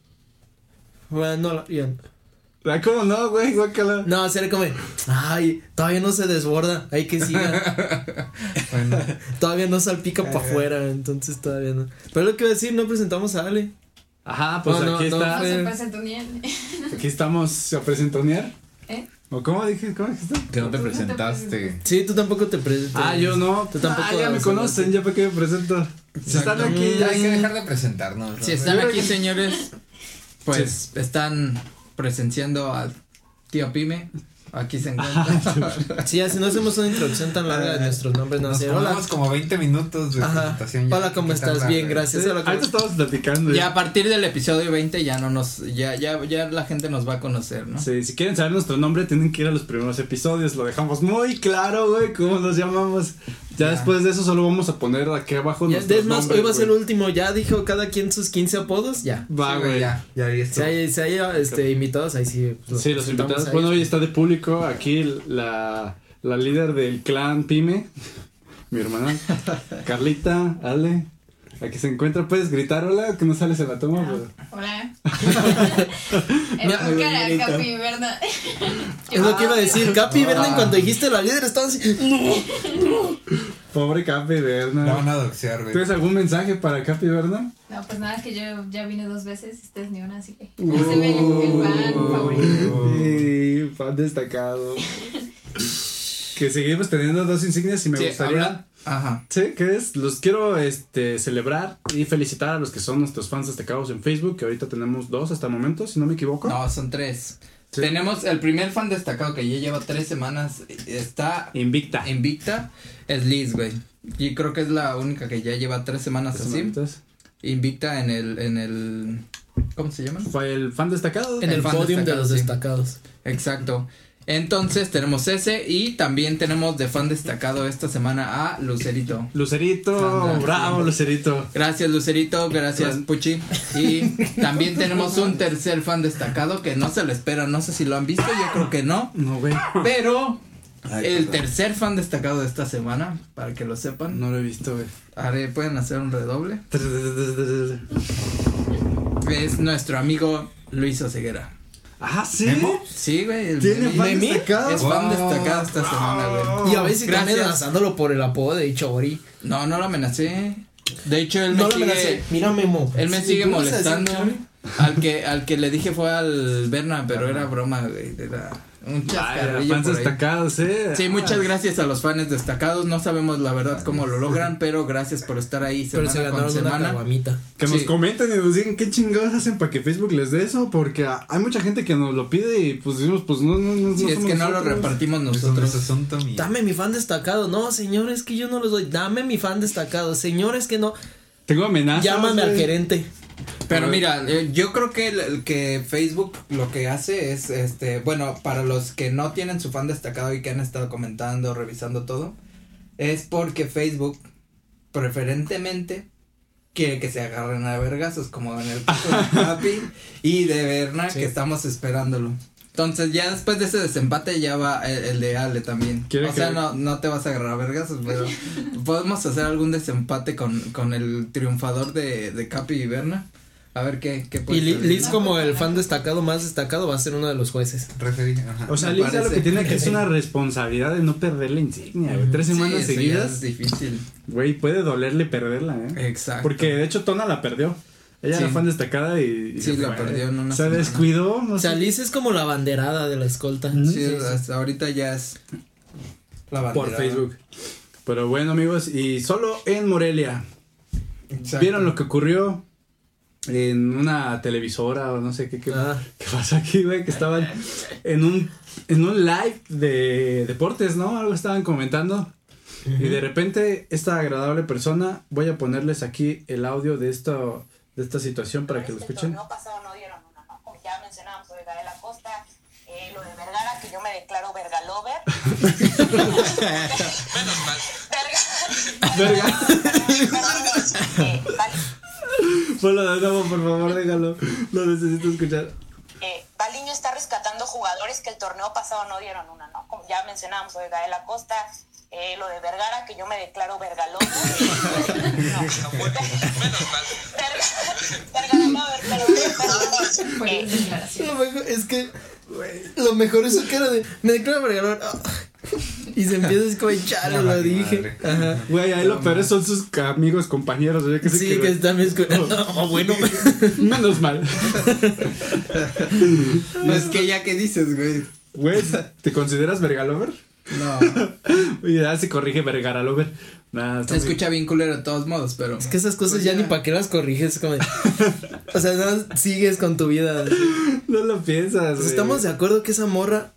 B: Bueno, no, la- ya.
A: Ah, ¿Cómo no, güey? Guácala.
B: No, se le come. Ay, todavía no se desborda. Hay que siga.
C: Bueno,
B: todavía no salpica para afuera. Entonces todavía no. Pero lo que iba a decir, no presentamos a Ale.
A: Ajá, pues
B: No, no,
A: aquí
B: no,
A: está.
B: fue-
E: se presentó ni él.
A: Aquí estamos a presentonear.
E: ¿Eh?
A: ¿O cómo dije? ¿Cómo dijiste?
C: que no te
E: Tú no te
C: presentaste.
B: Sí, tú tampoco te presentes.
A: Ah, yo no.
B: Tú tampoco.
A: ah, ya me
B: vas a-
A: conocen, ya para qué me presento. Si están
D: Exacto.
A: aquí,
C: Ya
A: ya
C: hay que dejar de presentarnos. ¿no?
D: Si están aquí, señores, pues están presenciando al tío Pime. Aquí se encuentra.
B: Sí, así no hacemos una introducción tan larga de
D: Ah,
B: nuestros nombres. No
C: Nos
B: sé. Hola.
C: tomamos como 20 minutos de
B: Ajá.
C: presentación. ya.
B: Hola, ¿cómo
C: ¿Qué tal
B: estás?
C: la-
B: Bien, gracias.
A: Sí,
B: Hola, ¿cómo
A: ahorita
B: estás?
A: estamos platicando. ¿eh?
D: ya a partir del episodio 20 ya no nos ya ya ya la gente nos va a conocer, ¿no?
A: Sí, si quieren saber nuestro nombre, tienen que ir a los primeros episodios. Lo dejamos muy claro, güey, cómo nos llamamos. Ya, después de eso, solo vamos a poner aquí abajo.
B: Ya,
A: nuestros
B: es más,
A: nombres,
B: hoy va a ser el
A: güey.
B: último. Ya dijo cada quien sus 15 apodos. Ya.
A: Va,
C: Sí,
A: güey.
C: Ya, ya vi
B: Si
C: esto.
B: hay, si hay este, invitados, ahí sí. pues,
A: Sí, los
B: presentamos
A: invitados.
B: a
A: Bueno, hoy
B: ellos.
A: está de público aquí la, la líder del clan Pyme, mi hermana, Carlita, Ale. Aquí se encuentra, puedes gritar hola, que no sales en la toma, pues? pero-
E: Hola.
D: Mira,
E: Era un
D: muy
E: cara,
D: bonito.
E: Capi, ¿verdad?
B: Es lo que iba a decir. Capi,
C: Ah.
B: Verde, en cuanto dijiste la líder, estaba así.
A: Pobre Capi
C: La van
A: Berna.
C: a doxear, güey.
A: ¿Tienes algún mensaje para Capi Berna?
E: No, pues nada, es que yo ya vine dos veces y ustedes ni una, así que. Se ve el fan favorito.
A: Sí, fan destacado. que seguimos teniendo dos insignias y me
D: Sí,
A: gustaría.
D: habla- Ajá.
A: Sí, que es, los quiero este, celebrar y felicitar a los que son nuestros fans destacados en Facebook, que ahorita tenemos dos hasta el momento, si no me equivoco.
D: No, son tres.
A: Sí.
D: Tenemos el primer fan destacado que ya lleva tres semanas. Está
A: Invicta.
D: invicta. Es Liz, güey. Y creo que es la única que ya lleva tres semanas
A: Estas
D: así.
A: manitas.
D: Invicta en el, en el. ¿Cómo se llama?
A: Fue el fan destacado.
B: En
D: El
B: el,
D: fan
B: podium de
D: destacado,
B: los
D: sí.
B: destacados.
D: Exacto. Entonces tenemos ese y también tenemos de fan destacado esta semana a Lucerito.
A: Lucerito,
D: Sandra,
A: bravo
D: sí.
A: Lucerito.
D: Gracias Lucerito, gracias
A: Gran-
D: Puchi. Y también tenemos un tercer fan destacado que no se lo espera, no sé si lo han visto, yo creo que no.
A: No, güey,
D: Pero
C: Ay,
D: el
C: perdón.
D: tercer fan destacado de esta semana, para que lo sepan,
A: no lo he visto, güey.
D: haré- pueden hacer un redoble, es nuestro amigo Luis Oseguera.
A: Ah, sí.
C: ¿Memo?
D: Sí, güey. el
A: ¿Tiene
D: Memi.
A: fan
B: ¿Memi?
A: destacado?
D: Es fan
C: Wow.
D: destacado esta semana, güey.
B: Y a veces también
D: Gracias.
B: amenazándolo por el apodo de Chori.
D: No, no lo amenacé. De hecho, él
B: No
D: me
B: lo
D: sigue.
B: amenacé. Mira, Memo.
D: Él me
B: Sí,
D: sigue
B: ¿tú vas a decir
D: molestando.
B: Chori?
D: Al que, al que le dije fue al Berna, pero era broma, güey. Era un
A: Vaya,
D: chascarrillo
A: fans
D: por ahí.
A: destacados, eh.
D: Sí, muchas gracias a los fans destacados. No sabemos la verdad cómo lo logran, pero gracias por estar ahí
B: Pero
D: semana
B: se
D: con
B: ganaron una
D: semana.
B: caguamita.
A: Que nos
D: Sí.
A: comenten y nos digan qué chingados hacen para que Facebook les dé eso, porque ah, hay mucha gente que nos lo pide y pues decimos, pues no, no, no.
D: Sí,
A: no
D: es
A: somos
D: que no lo
A: nosotros.
D: repartimos
C: Eso no es
D: nosotros.
C: asunto mío.
B: Dame mi fan destacado. No, señor, es que yo no les doy. Dame mi fan destacado. Señor, es que no.
A: Tengo
D: Ah,
A: amenazas.
B: Llámame al
A: güey.
B: gerente.
D: Pero mira, eh, yo creo que, el- el que Facebook lo que hace es, este, bueno, para los que no tienen su fan destacado y que han estado comentando, revisando todo, es porque Facebook preferentemente quiere que se agarren a vergazos, como en el caso de Papi y de Berna,
B: Sí.
D: que estamos esperándolo. Entonces ya después de ese desempate ya va eh, el, el de Ale también.
A: Quiere
D: o
A: que-
D: sea, no, no te vas a agarrar a vergazos, pero podemos hacer algún desempate con, con el triunfador de, de Capi y Berna. A ver qué, qué puede
B: Y Li-
D: salir.
B: Liz, como el fan destacado más destacado, va a ser uno de los jueces.
C: Referí, ajá.
A: O sea,
D: Me
A: Lisa lo
D: parece.
A: que tiene que es una responsabilidad de no perder la insignia, güey. Tres
D: Sí,
A: semanas
D: eso ya Es
A: seguidas,
D: difícil.
A: güey, puede dolerle perderla, ¿eh?
D: Exacto.
A: Porque de hecho Tona la perdió. Ella
D: Sí.
A: era fan destacada y. y
D: Sí,
A: se
D: la
A: fue.
D: perdió en una
A: Se
D: semana.
A: descuidó, no
B: O sea,
A: sé.
B: Liz es como la banderada de la escolta.
D: Mm. Sí, hasta ahorita ya es la
A: Por
D: bandera.
A: Facebook. Pero bueno, amigos, y solo en Morelia.
D: Exacto.
A: ¿Vieron lo que ocurrió? En una televisora o no sé qué, qué,
B: Ah.
A: qué pasó aquí, güey, que estaban en un, en un live de deportes, ¿no? Algo estaban comentando. Y de repente, esta agradable persona, voy a ponerles aquí el audio de esto, de esta situación para que lo
F: Este
A: escuchen.
F: torneo pasado no dieron una, ¿no? Como ya mencionábamos lo de Gael Acosta, eh, lo de Vergara, que yo me declaro Vergalover. Verga-
A: Verga,
F: Eh, vale,
A: ponlo de nuevo, por favor, déjalo. Lo necesito escuchar.
F: eh, Baliño está rescatando jugadores que el torneo pasado no dieron una, ¿no? Como ya mencionábamos lo de Gael Acosta, eh, lo de Vergara, que yo me declaro Vergalover. No. Verga- Vergalover, pero- pero-
E: Fuertes
F: eh,
E: declaraciones.
B: Lo mejor es que Lo mejor es su cara de. Me declaro vergalón. ah". Y se empieza a escobar, chale,
C: Ya
B: lo
C: valió
B: dije.
C: madre.
B: Ajá.
A: Güey, ahí lo peor es son sus ca- amigos, compañeros. güey, que se
B: Sí, que
A: quedan-
B: están mis Oh, bueno.
A: Menos mal.
D: Pues que ya que dices, güey.
A: Güey, ¿te consideras vergalover?
D: No.
A: Y ya se corrige vergalover. Nada, está
D: Se
A: muy-
D: escucha bien culero de todos modos, pero.
B: Es que esas cosas
D: Pues
B: ya,
D: ya.
B: ni para qué las corriges. Como... o sea, no sigues con tu vida.
A: No lo piensas.
B: Pues
A: güey.
B: estamos de acuerdo que esa morra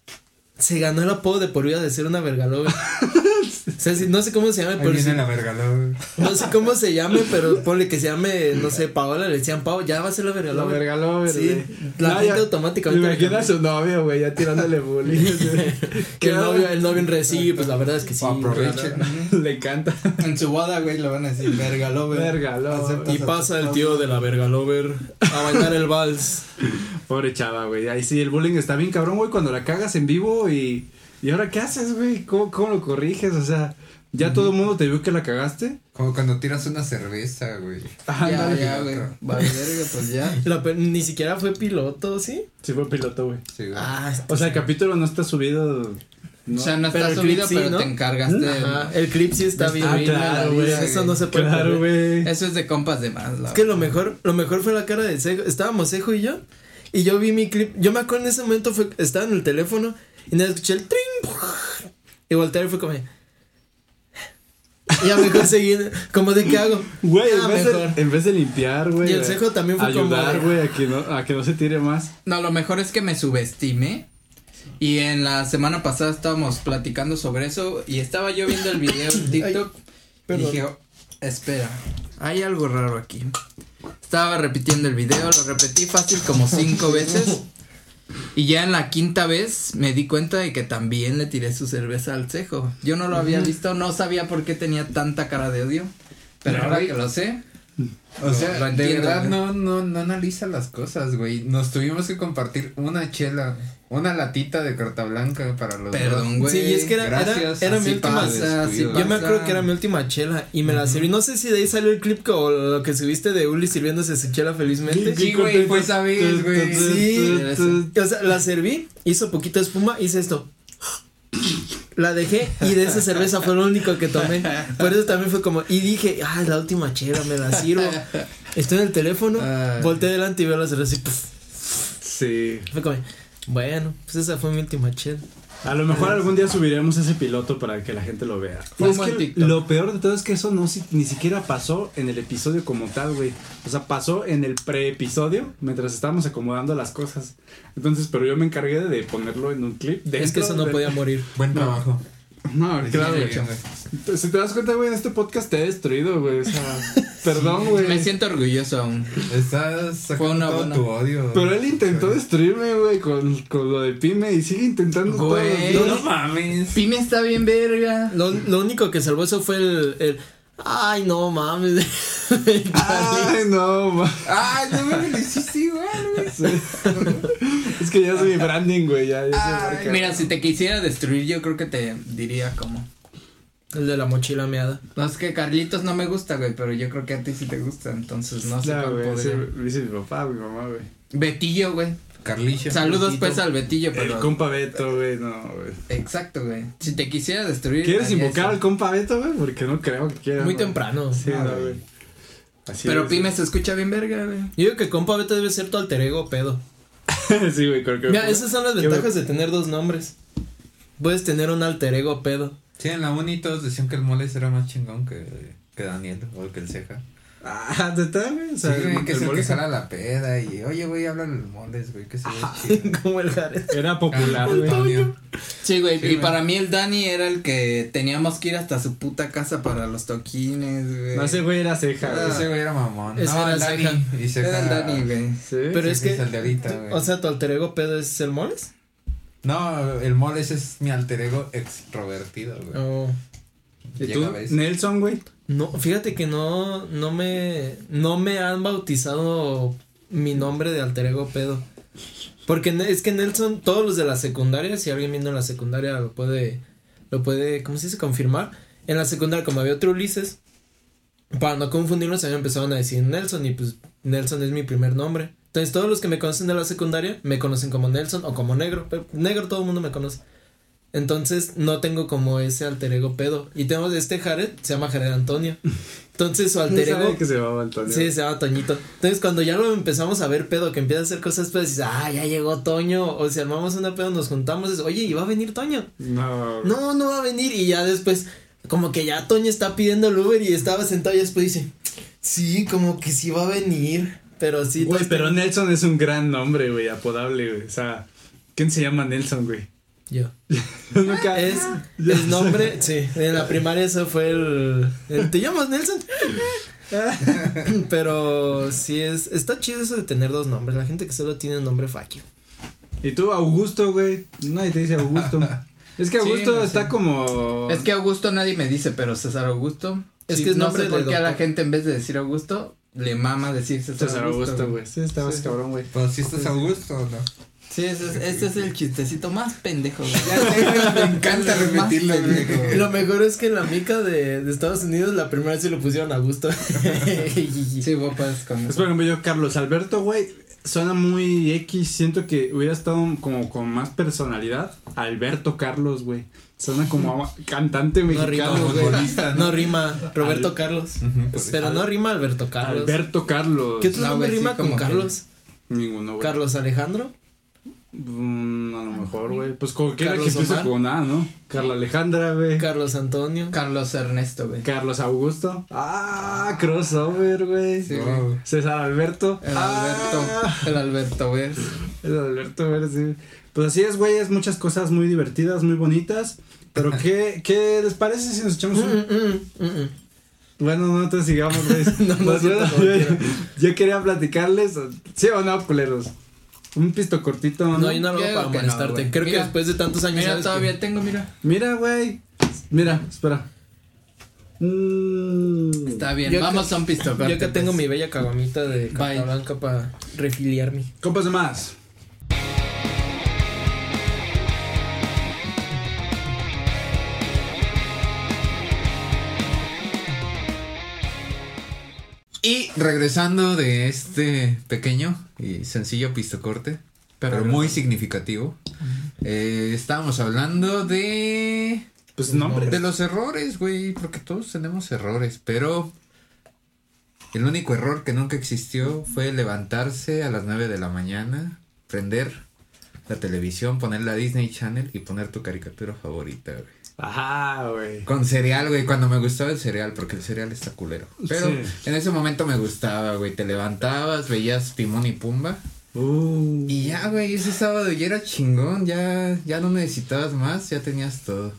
B: se ganó el apodo de por vida de ser una vergaloga. o sea, si- no sé cómo se llame,
C: Ahí
B: pero
C: viene
B: sí-
C: la vergaló.
B: no sé cómo se llame, pero ponle que se llame, no sé, Paola, le decían Pao, ya va a ser la
A: La
B: vergaloga.
A: vergalover.
B: Sí,
A: güey.
B: la gente
A: ya-
B: automáticamente
A: Imagina a
B: vergalover.
A: su novio, güey, ya tirándole bullying. güey.
B: que el novio, el novio en re- sí, pues la verdad es que sí.
C: Aprovechen.
A: Le encanta.
D: En su boda, güey, le van a decir verga, lo güey.
A: Vergalover.
B: Y pasa el tío de la vergalover a bailar el vals.
A: Pobre chava, güey. Ahí sí, el bullying está bien cabrón, güey, cuando la cagas en vivo y... ¿Y ahora qué haces, güey? ¿Cómo, cómo lo corriges? O sea, ya todo el mundo te vio que la cagaste.
C: Como cuando tiras una cerveza, güey.
D: Ya,
A: Ándale.
D: ya, güey. Vale, verga, pues ya.
B: La pe- ni siquiera fue piloto, ¿sí?
A: Sí fue piloto, güey.
C: Sí, güey.
B: Ah, este-
A: O sea, el capítulo no está subido...
D: O sea, no
B: Pero
D: está
B: el
D: subido,
B: clip sí,
D: pero
B: ¿no?
D: te encargaste.
B: Ajá, el clip sí está bien.
A: Ah,
B: bien,
A: claro,
B: la
A: güey.
B: vida, Eso no se puede.
A: Claro,
B: perder.
A: güey.
D: Eso es de compas de más, la
B: Es que lo mejor, lo mejor fue la cara de Sejo. Estábamos Sejo y yo. Y yo vi mi clip. Yo me acuerdo en ese momento fue, estaba en el teléfono y nada escuché el tring. Y volteé y fue como. Y ya mejor seguí. Como de qué hago.
A: Güey,
B: Ah,
A: en, vez
B: mejor.
A: de, en vez de limpiar, güey. eh,
B: Y el cejo también fue como
A: ayudar,
B: de- "Ah".
A: güey, a que no a que no se tire más.
D: No, lo mejor es que me subestimé. Y en la semana pasada estábamos platicando sobre eso y estaba yo viendo el video en TikTok y
B: perdón.
D: dije, "Oh, espera, hay algo raro aquí. Estaba repitiendo el video, lo repetí fácil como cinco veces y ya en la quinta vez me di cuenta de que también le tiré su cerveza al cejo. Yo no lo había visto, no sabía por qué tenía tanta cara de odio, pero ahora que lo sé,
C: O sea,
D: lo
C: de
D: entiendo,
C: verdad
D: güey.
C: no, no, no analiza las cosas, güey. Nos tuvimos que compartir una chela, una latita de carta blanca para los
D: perdón, güey.
B: Sí, y es que era, era,
C: gracias,
B: era mi
C: así
B: última. Ah,
C: pasa, así
B: Yo me
D: pasa.
B: acuerdo que era mi última chela y me la serví. No sé si de ahí salió el clip que- o lo que subiste de Uli sirviéndose su chela felizmente.
D: Sí, güey, fue esa vez, güey.
B: Sí.
A: tu-
B: O sea, la serví, hizo poquito espuma, hice esto. La dejé y de esa cerveza fue lo único que tomé. Por eso también fue como. Y dije, ah, la última chela, me la sirvo. Estoy en el teléfono,
D: Ay.
B: volteé delante y veo la cerveza y puff,
A: Sí.
B: fue como. Bueno, pues esa fue mi última chela.
A: A lo mejor algún día subiremos ese piloto para que la gente lo vea.
D: Fue
A: Es
D: un buen
A: que
D: TikTok.
A: lo peor de todo es que eso no si- ni siquiera pasó en el episodio como tal, güey. O sea, pasó en el pre-episodio mientras estábamos acomodando las cosas. Entonces, pero yo me encargué de ponerlo en un clip.
B: es que
A: dentro
B: eso no
A: de-
B: podía morir.
C: Buen trabajo.
A: No, claro,
D: Sí,
A: güey.
D: güey.
A: Si te das cuenta, güey, en este podcast te he destruido, güey. O sea, perdón, güey.
D: Me siento orgulloso aún.
C: Estás
D: Fue
C: sacando
D: una
C: todo
D: buena-
C: tu odio.
A: Pero él intentó
C: Güey.
A: destruirme, güey, con, con lo de Pyme y sigue intentando.
D: Güey.
A: todo.
C: No mames.
D: Pime está bien verga.
B: Lo, lo único que salvó eso fue el. el, Ay, no mames.
A: Ay, no, ma-
C: Ay, no me lo hiciste igual, güey.
A: es que ya soy branding, güey. Ya, ya soy marca.
D: Mira, si te quisiera destruir, yo creo que te diría como.
B: el de la mochila meada.
D: No, es que Carlitos no me gusta, güey, pero yo creo que a ti sí te gusta, entonces no sé
A: Ya,
D: cuál
A: güey, ese
D: podría.
A: lo dice mi papá, mi mamá, güey.
D: Betillo, güey.
C: Carlicho.
D: Saludos
C: Carlichito.
D: pues al Betillo,
A: El
D: pero.
A: compa Beto, güey, no, güey.
D: Exacto, güey. Si te quisiera destruir.
A: ¿Quieres
D: haría
A: invocar
D: eso.
A: al compa Beto, güey? Porque no creo que quiera.
B: Muy
A: güey.
B: temprano.
A: Sí,
C: Ah,
A: no,
C: güey.
A: güey. Así
D: Pero
A: es,
D: Pime se escucha bien verga, güey.
B: Yo digo que compa Beto debe ser tu alter ego, pedo.
A: güey. sí, güey, creo que.
B: Mira, esas son las
A: Qué
B: ventajas de tener dos nombres. Puedes tener un alter ego pedo.
C: Sí, en la uni todos decían que el Moles era más chingón que, que Daniel o que el Ceja.
A: Ah, ¿de tal, güey? O
C: Sí,
A: sea,
C: güey, que
A: el
C: es el que
A: mole
C: jala la peda y, oye, güey, habla el Moles, güey, que se ve chido.
B: Como el Jared.
A: Era popular,
C: Ah.
A: güey.
C: Antonio.
D: Sí, güey.
C: Sí,
D: y
C: güey.
D: para mí el Dani era el que teníamos que ir hasta su puta casa para los toquines, güey.
A: No, ese güey era ceja,
B: Ah,
A: güey.
C: Ese güey era mamón.
B: Ese
C: no,
B: era
C: el Dani.
B: Ceja.
C: Y Ceja.
D: Era el Dani, güey.
A: Sí.
B: Pero es
C: Ese
B: que.
C: es el de ahorita, güey.
B: O sea, tu alter ego pedo es el moles.
C: No, el Moles es mi alter ego extrovertido, güey.
B: Oh.
A: ¿Y
C: Llega
A: tú?
C: a veces.
A: Nelson, güey.
B: No, fíjate que no, no me, no me han bautizado mi nombre de alter ego pedo. Porque ne- es que Nelson, todos los de la secundaria, si alguien viendo en la secundaria lo puede, lo puede, ¿cómo se dice? Confirmar. En la secundaria, como había otro Ulises, para no confundirnos, a mí me empezaron a decir Nelson y pues Nelson es mi primer nombre. Entonces todos los que me conocen de la secundaria me conocen como Nelson o como negro. Pero negro todo el mundo me conoce. Entonces no tengo como ese alter ego pedo. Y tengo este Jared, se llama Jared Antonio. Entonces su alter
A: No
B: ego...
A: sabía que se llamaba Antonio.
B: Sí, se llama Toñito. Entonces, cuando ya lo empezamos a ver pedo, que empieza a hacer cosas pedo, dices, ah, ya llegó Toño. O si armamos una pedo, nos juntamos, es, oye, ¿y va a venir Toño?
A: No.
B: No, no va a venir. Y ya después, como que ya Toño está pidiendo el Uber y estaba sentado y después dice, sí, como que sí va a venir. Pero sí.
A: Güey,
B: todos-
A: pero Nelson es un gran nombre, güey, apodable, güey. O sea, ¿quién se llama Nelson, güey?
B: Yo.
A: Yo nunca.
B: Es el nombre, sí, en la primaria eso fue el, el, ¿te llamas Nelson? Pero sí es, está chido eso de tener dos nombres, la gente que solo tiene un nombre fuck you.
A: Y tú, Augusto, güey. Nadie te dice Augusto. Es que
D: Sí,
A: Augusto
D: no sé.
A: está como.
D: Es que Augusto nadie me dice, pero César Augusto.
B: Es
D: sí,
B: que es
D: no
B: nombre
D: sé
B: de
D: por qué a la
B: doctor.
D: gente en vez de decir Augusto le mama decir César,
A: César Augusto, güey. Sí, está más cabrón, güey.
C: Pero Pues, si estás a gusto o no.
D: Sí, ese es- este es el chistecito más pendejo. güey.
C: me encanta
D: Es el más
C: repetirlo,
D: pendejo,
C: güey.
D: güey.
B: Lo mejor es que en la mica de, de Estados Unidos la primera vez se lo pusieron a gusto.
D: Sí, guapas como.
A: Es por ejemplo yo, Carlos Alberto, güey. Suena muy X. Siento que hubiera estado como con más personalidad. Alberto Carlos, güey. Suena como a- cantante
B: no rima,
A: mexicano,
B: güey.
A: güey.
C: futbolista,
B: ¿no?
C: ¿no?
B: rima. Roberto
A: Al-
B: Carlos.
C: Ujú, por
B: Pero
A: al-
B: no rima Alberto Carlos.
A: Alberto Carlos.
B: ¿Qué otro
D: No,
B: nombre
D: güey, sí,
B: rima con
D: como que-
B: Carlos?
A: Ninguno, güey.
B: Carlos Alejandro.
A: Mm, a lo mejor, güey. Pues cualquiera que
B: Carlos
A: empiece
B: Omar.
A: con A, ¿no? Carla Alejandra, güey.
B: Carlos Antonio.
D: Carlos Ernesto, güey.
A: Carlos Augusto. Ah, crossover, güey.
D: Sí,
C: güey.
D: güey.
A: César Alberto.
D: El
A: Ah,
D: Alberto. El Alberto, güey.
A: el Alberto, güey, sí. Pues así es, güey. Es muchas cosas muy divertidas, muy bonitas. Pero, ¿qué, qué les parece si nos echamos un
B: Mm, mm, mm, mm.
A: Bueno, no te sigamos, güey.
B: No, no
A: Pues,
B: siento
A: bueno,
B: como
A: yo,
B: quiera.
A: yo quería platicarles. ¿Sí o no, culeros? Un pisto cortito, ¿no?
B: No hay nada
D: Creo
B: para
D: que no,
B: molestarte.
D: güey.
B: Creo que
D: Mira.
B: después de tantos años.
D: Mira,
B: sabes
D: todavía
B: que-
D: tengo, mira.
A: Mira, güey. Mira, espera. Mm.
D: Está Ah, bien,
B: Yo
D: vamos
B: que-
D: a un pues. pistocorte.
B: Yo que tengo mi bella caguamita de carta
D: Bye.
B: blanca para refiliarme.
A: Compas de más.
C: Y regresando de este pequeño y sencillo pistocorte, pero, muy significativo, eh, estábamos hablando de...
A: Pues nombre.
C: De los errores, güey, porque todos tenemos errores, pero el único error que nunca existió fue levantarse a las 9 de la mañana, prender la televisión, poner la Disney Channel y poner tu caricatura favorita, güey.
A: Ajá, güey.
C: Con cereal, güey, cuando me gustaba el cereal, porque el cereal está culero. Pero
A: Sí.
C: en ese momento me gustaba, güey, te levantabas, veías Timón y Pumba.
A: Uh.
C: Y ya, güey, ese sábado ya era chingón, ya, ya no necesitabas más, ya tenías todo.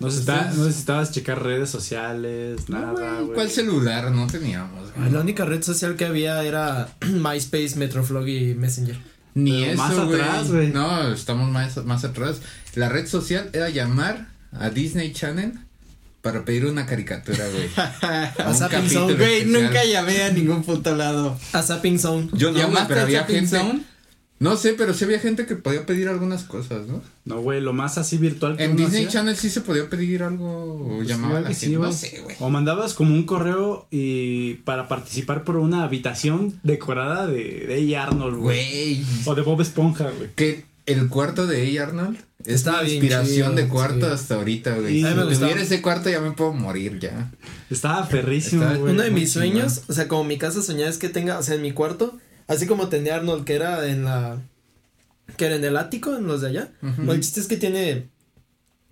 A: No, necesita- no necesitabas checar redes sociales,
C: pues, No,
A: nada,
C: güey,
A: güey.
D: Pues,
C: ¿Cuál celular? No teníamos, güey.
B: La única red social que había era MySpace, Metroflog y Messenger.
C: Ni
A: Pero
C: eso,
A: más
C: güey.
A: atrás, güey.
C: No, estamos más, más atrás. La red social era llamar a Disney Channel para pedir una caricatura, güey. A un
B: Zapping
C: capítulo
B: Zone,
D: Güey,
C: especial.
D: nunca llamé a ningún puto lado.
B: A Zapping Zone.
C: Yo no, güey, pero
D: a
C: había
D: Zapping
C: gente.
D: Zone?
C: No sé, pero sí había gente que podía pedir algunas cosas, ¿no?
A: No, güey, lo más así virtual que
C: En
A: uno
C: Disney
A: hacía.
C: Channel sí se podía pedir algo o
A: Pues
C: llamaba a
A: igual
C: la
A: que sí,
C: gente. No
A: güey.
C: sé, güey.
A: O mandabas como un correo y para participar por una habitación decorada de, de Hey Arnold, güey.
C: Güey.
A: O de Bob Esponja, güey.
C: Que el cuarto de ella, Arnold. Es
B: Estaba
C: la
B: bien
C: inspiración
B: chido,
C: de cuarto
B: sí.
C: hasta ahorita,
A: Y-
C: güey.
A: A mí
C: Si
A: me
B: gustaba.
C: tuviera ese cuarto ya me puedo morir ya.
A: Estaba ferrísimo,
C: Estaba-
A: güey.
B: Uno de
A: Muy
B: mis
A: chingón.
B: sueños, o sea, como mi casa soñada es que tenga, o sea, en mi cuarto, así como tenía Arnold, que era en la. que era en el ático, en los de allá. Bueno, El chiste es que tiene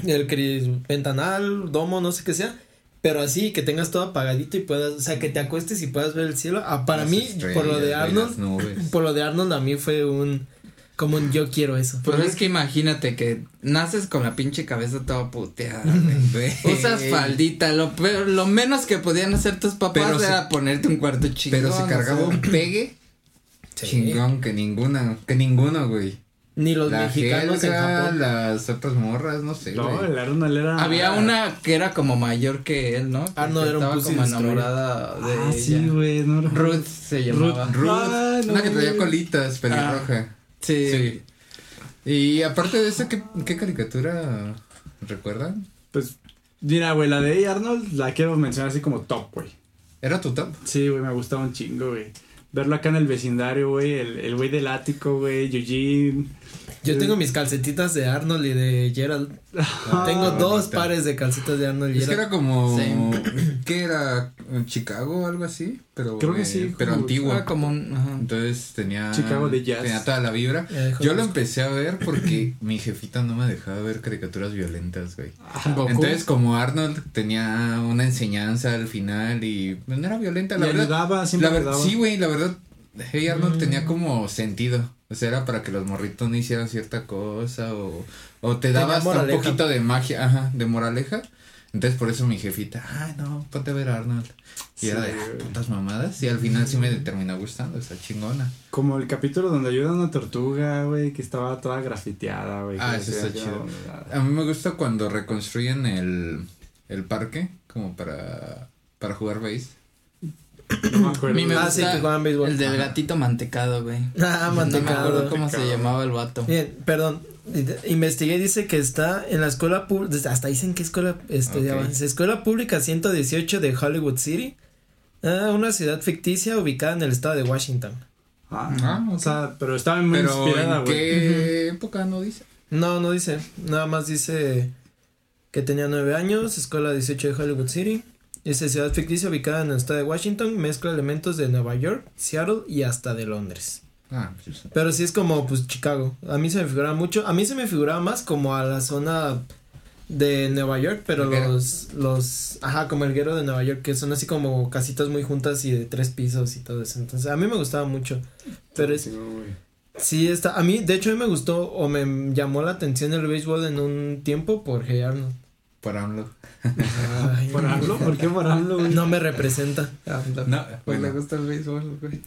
B: el cri- ventanal, domo, no sé qué sea. Pero así, que tengas todo apagadito y puedas, o sea, que te acuestes y puedas ver el cielo. Ah, para
C: Las
B: mí, por lo de
C: estrellas, güey, las
B: Arnold,
C: nubes.
B: por lo de Arnold, a mí fue un. como un yo quiero eso.
D: Pues es que imagínate que naces con la pinche cabeza toda puteada. güey. Usas faldita, lo peor, lo menos que podían hacer tus papás
C: Pero se-
D: era ponerte un cuarto chingón.
C: Pero se
D: o
C: cargaba
D: sea.
C: un pegue
B: Sí.
C: chingón que ninguna, que ninguno, güey.
B: Ni los
C: La
B: mexicanos en
C: Helga,
B: Japón.
C: las otras morras, no sé,
A: No,
C: güey.
A: el Arnold era.
D: Había una que era como mayor que él, ¿no?
B: Ah, no,
D: Que
B: era un
D: Estaba
B: Pussy
D: como
B: Destroyer.
D: enamorada de
A: Ah,
D: ella.
A: sí, güey. No,
D: Ruth se llamaba.
A: Ruth.
C: Ruth,
A: Ah, no,
C: una que traía
A: güey.
C: colitas, pelirroja.
D: Sí.
C: Sí. Y aparte de esa, ¿qué, qué caricatura recuerdan?
A: Pues, mira, güey, la de Hey Arnold la quiero mencionar así como top, güey.
C: ¿Era tu top?
A: Sí, güey, me gustaba un chingo, güey. verlo acá en el vecindario, güey. El el güey del ático, güey. Eugene.
B: Yo tengo mis calcetitas de Arnold y de Gerald. tengo
D: Ah,
B: dos
C: bonita.
B: pares de calcetas de Arnold y
C: Es que
B: Gerald.
C: era como. ¿Qué era? ¿Chicago o algo así? Pero,
A: Creo que
C: eh,
A: sí,
C: Pero
A: como-
C: antigua.
D: Ah, como un- ajá.
C: Entonces tenía.
A: Chicago de jazz.
C: Tenía toda la vibra.
B: Ya dejó
C: Yo
B: de
C: lo
B: buscar.
C: empecé a ver porque mi jefita no me dejaba ver caricaturas violentas, güey.
D: Goku.
C: Entonces, como Arnold tenía una enseñanza al final y pues, no era violenta, la
A: Le
C: verdad.
A: Ah, ayudaba, siempre
C: la ver-
A: ayudaba. Mm.
C: Sí, güey, la verdad, Hey Arnold tenía como sentido. O sea, era para que los morritos no hicieran cierta cosa o, o te
B: Tenía
C: daba hasta un
B: moraleja.
C: poquito de magia, ajá, de moraleja. Entonces, por eso mi jefita, ah, no, ponte a ver a Arnold. Y
A: Sí,
C: era de "Ah,
A: güey. Mm.
C: putas mamadas. Y al final sí me terminó gustando, está chingona.
A: Como el capítulo donde ayuda a una tortuga, güey, que estaba toda grafiteada, güey.
C: Ah,
A: que
C: eso
A: decía,
C: está
A: "Ya,
C: chido".
A: ya".
C: A mí me gusta cuando reconstruyen el, el parque como para, para jugar base.
A: No me acuerdo.
D: mí me
B: Ah, sí,
D: gusta
B: que juegan béisbol.
D: El del
C: Ajá.
D: gatito mantecado, güey.
B: Ah,
D: No me
B: mantecado.
D: acuerdo cómo se llamaba el vato.
B: Bien, perdón. Investigué, dice que está en la escuela pública. Hasta dicen que escuela estudiaba.
C: Ok.
B: Dice, Escuela Pública 118 de Hollywood City. Ah, una ciudad ficticia ubicada en el estado de Washington.
A: Ah,
C: Ah,
A: O sea, pero estaba muy
C: Pero
A: inspirada,
C: ¿en
A: güey.
C: qué época no dice?
B: No, no dice. Nada más dice que tenía nueve años, escuela 18 de Hollywood City. Dice ciudad ficticia ubicada en el estado de Washington, mezcla elementos de Nueva York, Seattle y hasta de Londres.
C: Ah, pues,
B: Pero sí es como, pues, Chicago. A mí se me figuraba mucho, a mí se me figuraba más como a la zona de Nueva York, pero
C: Helguero.
B: los, los, ajá, como el guero de Nueva York, que son así como casitas muy juntas y de tres pisos y todo eso. Entonces, a mí me gustaba mucho. Pero es,
A: Sí, güey.
B: Sí, está. A mí, de hecho, a mí me gustó o me llamó la atención el béisbol en un tiempo por Hey Arnold.
C: por AMLO.
B: Ay,
A: ¿Por AMLO? ¿Por qué por AMLO, güey?
B: No me representa.
C: No, bueno.
D: gusta el béisbol, güey.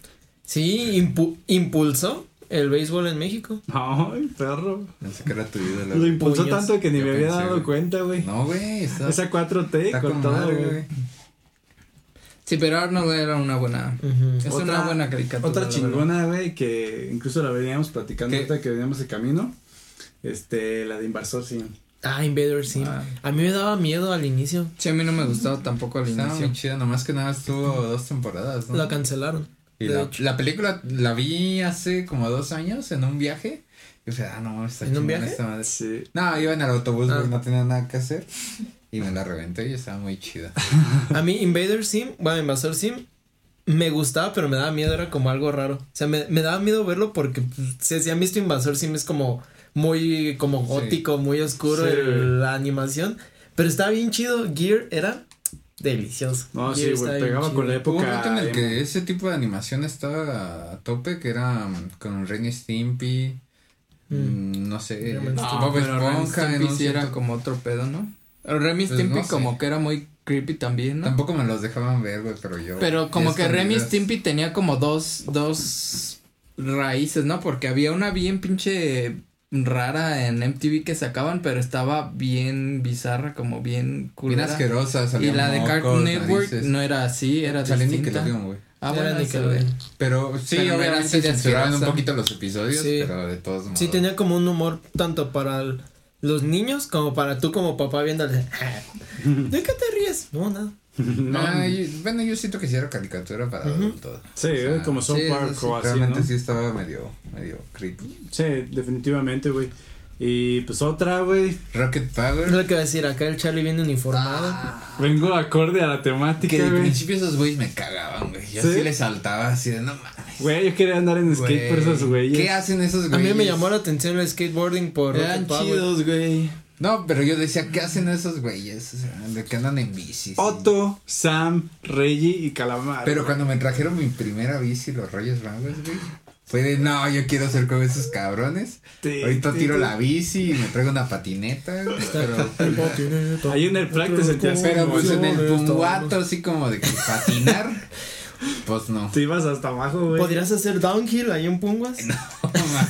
B: Sí, impu- impulsó el béisbol en México.
A: Ay, perro.
C: Pensé que era tu ídolo.
A: Lo impulsó
B: puños.
A: tanto que ni
C: Yo
A: me había
C: pensé,
A: dado
C: güey.
A: cuenta, güey.
C: No, güey, está,
A: Esa 4T
C: está
A: con
C: con
A: todo,
C: madre,
A: güey.
C: güey.
D: Ah, Sí, pero Arnold era una buena. Es una buena caricatura.
A: Otra
D: la
A: chingona, güey, que incluso la veníamos platicando
C: ¿Qué?
A: ahorita que veníamos de camino. Este, la de Inversor, sí.
B: Ah, Invader Sim.
D: Ah.
B: A mí me daba miedo al inicio.
D: verdad. Sí, a mí no me gustaba tampoco al
C: Estaba muy
D: inicio.
C: chida, nomás que nada estuvo dos temporadas, ¿no?
B: La cancelaron.
C: y
B: de
C: la,
B: hecho.
C: la película la vi hace como dos años en un viaje. Y o sea, ah, no, está
B: ¿En un
C: chingona
B: viaje?
C: esta madre.
A: Sí.
C: No, iba en el autobús,
B: Ah.
C: güey, no tenía nada que hacer. Y me la reventé y estaba muy chida.
B: A mí, Invader Sim, bueno, Invasor Sim, me gustaba, pero me daba miedo. Era como algo raro. O sea, me, me daba miedo verlo porque pues, si, si han visto Invasor Sim es como muy como
C: Sí.
B: gótico, muy oscuro
A: Sí.
B: el- la animación. Pero estaba bien chido. Gear era delicioso.
A: No,
B: Gear
A: sí,
B: estaba
A: güey,
B: bien
A: pegaba
B: chido.
A: con la
C: Hubo un
A: época.
C: momento en
A: emo.
C: el
D: em
C: que ese tipo de animación estaba a tope, que era mm, con Ren y Stimpy, mm, no sé,
B: Ren y
D: No,
C: Bob
D: pero Remy
C: Esponja, en
D: Stimpy
C: un
D: sí era
C: cierto-
D: como otro pedo, ¿no? Remy
C: Pues
D: Stimpy
C: no sé.
D: como que era muy creepy también, ¿no?
C: Tampoco me los dejaban ver, güey, pero yo...
D: Pero como
C: ya
D: que Remy
C: escondidas.
D: Stimpy tenía como dos, dos raíces, ¿no? Porque había una bien pinche rara en MTV que sacaban, pero estaba bien bizarra, como bien
C: Bien
D: culera.
C: asquerosas,
D: y
C: salían
D: la de
C: mocos,
D: Cartoon Network
C: narices.
D: no era así, era
C: Salía
D: distinta.
C: Nickelodeon, güey.
D: Ah,
B: Era
D: bueno, eso,
B: Nickelodeon.
D: güey.
C: Pero sí,
D: Pero no era así
C: obviamente
D: de
C: censuraban un
D: asquerosa.
C: poquito los episodios,
B: Sí.
C: pero de todos modos.
B: Sí, tenía como un humor tanto para el- los niños como para tú como papá viéndole. ¿De qué te ríes? No, nada.
A: No,
C: Ah, yo- bueno, yo siento que sí era caricatura para adultos.
A: Sí,
C: O sea,
A: güey, como South
C: sí,
A: Park
C: sí,
A: o así,
C: Realmente
A: ¿no?
C: sí estaba medio, medio creepy.
A: Sí, definitivamente, güey. Y pues otra, güey.
C: Rocket Power.
B: Es lo que iba a decir, acá el Charlie viene uniformado.
D: Ah,
A: Vengo acorde a la
C: Que
A: temática,
C: al
A: güey.
C: principio esos güeyes me cagaban, güey. Yo
A: ¿Sí?
C: ¿Sí? les saltaba así de no mames.
A: Güey, yo quería andar en skate por esos güeyes.
C: ¿Qué hacen esos
B: a
C: güeyes?
B: mí me llamó la atención el skateboarding por
D: Eran
B: Rocket Power.
D: chidos, güey.
C: No, pero yo decía, ¿qué hacen esos güeyes? O sea, de que andan en bici. sí.
A: Otto, Sam, Reggie y Calamar.
C: Pero cuando me trajeron mi primera bici, los Reyes Magos, güey. Fue de, no, yo quiero ser como esos cabrones.
A: Sí,
C: Ahorita
A: sí,
C: tiro
A: sí.
C: la bici y me traigo una patineta. güey, Pero,
A: Ahí en el flag te sentías
C: pero pues en el
B: Opciones,
C: punguato, así como de que patinar, pues no.
A: Te ibas hasta abajo, güey.
B: ¿Podrías hacer downhill ahí en Punguas?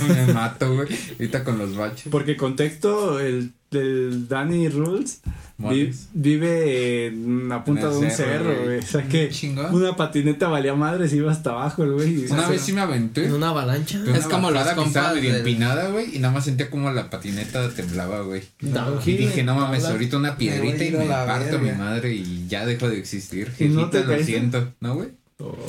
C: me mato, güey. Ahorita con los baches.
A: Porque contexto, el, el Danny Rules vi-
C: Morris.
A: vive en la punta
C: En
A: de
C: el
A: un
C: cerro,
A: cerro,
C: güey.
A: güey. O sea que
C: Chingón.
A: una patineta valía madre, se iba hasta abajo el güey. y se
C: Una
A: hace-
C: vez sí me aventé.
B: ¿En una avalancha?
C: Pero
D: Es
C: una
D: como los
C: bajada que
D: compas
C: estaba medio
D: del-
C: empinada, güey, y nada más sentía como la patineta temblaba, güey.
B: Downhill.
C: Y dije, no mames,
B: Habla-
C: ahorita una piedrita y
D: voy a ir a
C: me
D: la
C: parto a mi
D: verga.
C: madre y ya dejo de existir.
A: ¿Y no
C: Jefita,
A: te
C: lo
A: caíste?
C: siento, ¿no, güey?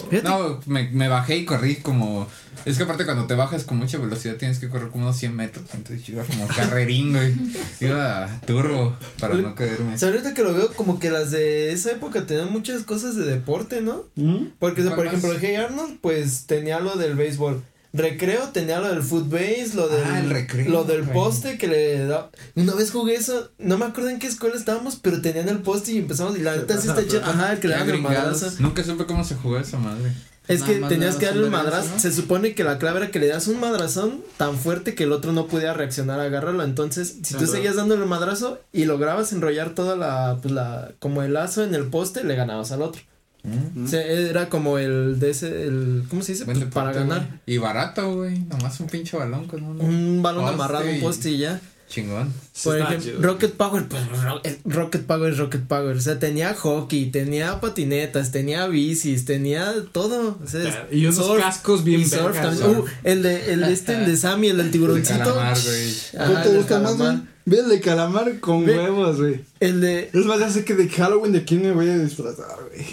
B: Fíjate,
C: No, me, me bajé y corrí como. Es que aparte, cuando te bajas con mucha velocidad, tienes que correr como unos 100 metros. Entonces yo iba como carrerín, güey. Iba turbo para no caerme.
B: o sea, ahorita que lo veo, como que las de esa época tenían muchas cosas de deporte, ¿no?
A: ¿Mm?
B: Porque, o sea, por
C: ¿Cuál más?
B: ejemplo, Hey Arnold, pues tenía lo del béisbol. Recreo tenía lo del footbase, lo del,
C: Ah, el recreo,
B: lo del
C: güey.
B: poste que le da. Una vez jugué eso, no me acuerdo en qué escuela estábamos, pero tenían el poste y empezamos. Y la neta sí está
A: pasa,
B: hecha. Ajá, el que le
C: Ya
B: daban el
C: gringados.
B: madrazo.
C: Nunca supe cómo se jugó esa madre.
B: Es
D: Nada
B: que
D: más
B: tenías
D: le
B: que
D: dabas
B: darle
D: un
B: un
D: vergazo,
B: madrazo.
D: ¿no?
B: Se supone que la clave era que le das un madrazón tan fuerte que el otro no podía reaccionar a agarrarlo. Entonces, si tú
A: Claro.
B: seguías dándole el madrazo y lograbas enrollar toda la, pues la, como el lazo en el poste, le ganabas al otro. O sea, era como el de ese, el, ¿cómo se dice?
C: Buen
B: Pues,
C: deporte,
B: para ganar.
C: güey. Y barato, güey. Nomás un pinche balón con un
B: Un balón
C: Poste
B: amarrado, un
C: y-
B: poste y ya.
C: chingón.
A: Sí,
B: Por
A: está
B: ejemplo,
A: chido.
B: Rocket Power, pues ro- eh, Rocket Power es Rocket Power. O sea, tenía hockey, tenía patinetas, tenía bicis, tenía todo. O sea, es-
A: Claro, y unos
B: surf,
A: cascos bien
B: y surf
A: vergas,
B: también.
A: surf.
B: Uh, el de, el de este, el de Sammy, el del
C: De
B: tiburoncito.
C: calamar, güey.
B: Ajá,
G: ¿Cuál
B: el
G: te
B: del
G: gusta más,
B: calamar.
G: güey?
A: Ve el de calamar con
B: Ve-
A: huevos, güey.
B: El de,
G: Es más, ya sé que de Halloween de quién me voy a disfrazar, güey.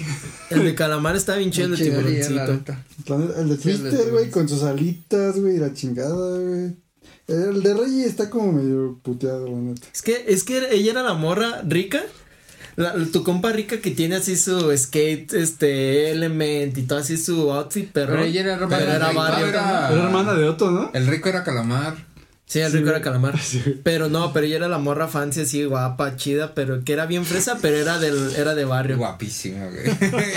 B: el de calamar está bien chido, el de
D: Pinche Ariel, la
B: tiburoncito.
D: neta.
G: La neta, El de
D: Sí, el de
G: Twister, güey, con sus alitas, güey, y la chingada, güey. El de Reggie está como medio puteado, la neta.
B: Es que, es que ella era la morra rica. la- la- tu compa rica que tiene así su skate, este, element y todo así su outfit, perro.
D: Pero ella era hermana
B: Pero
D: de
B: era
D: Rico,
B: barrio.
C: era-
A: Era hermana de Otto, ¿no?
C: El rico era calamar.
B: Sí, el rico era calamar.
A: Sí, güey.
B: Pero no, pero ella era la morra fancy así, guapa, chida, pero que era bien fresa, pero era del, era de barrio.
C: Guapísimo, güey.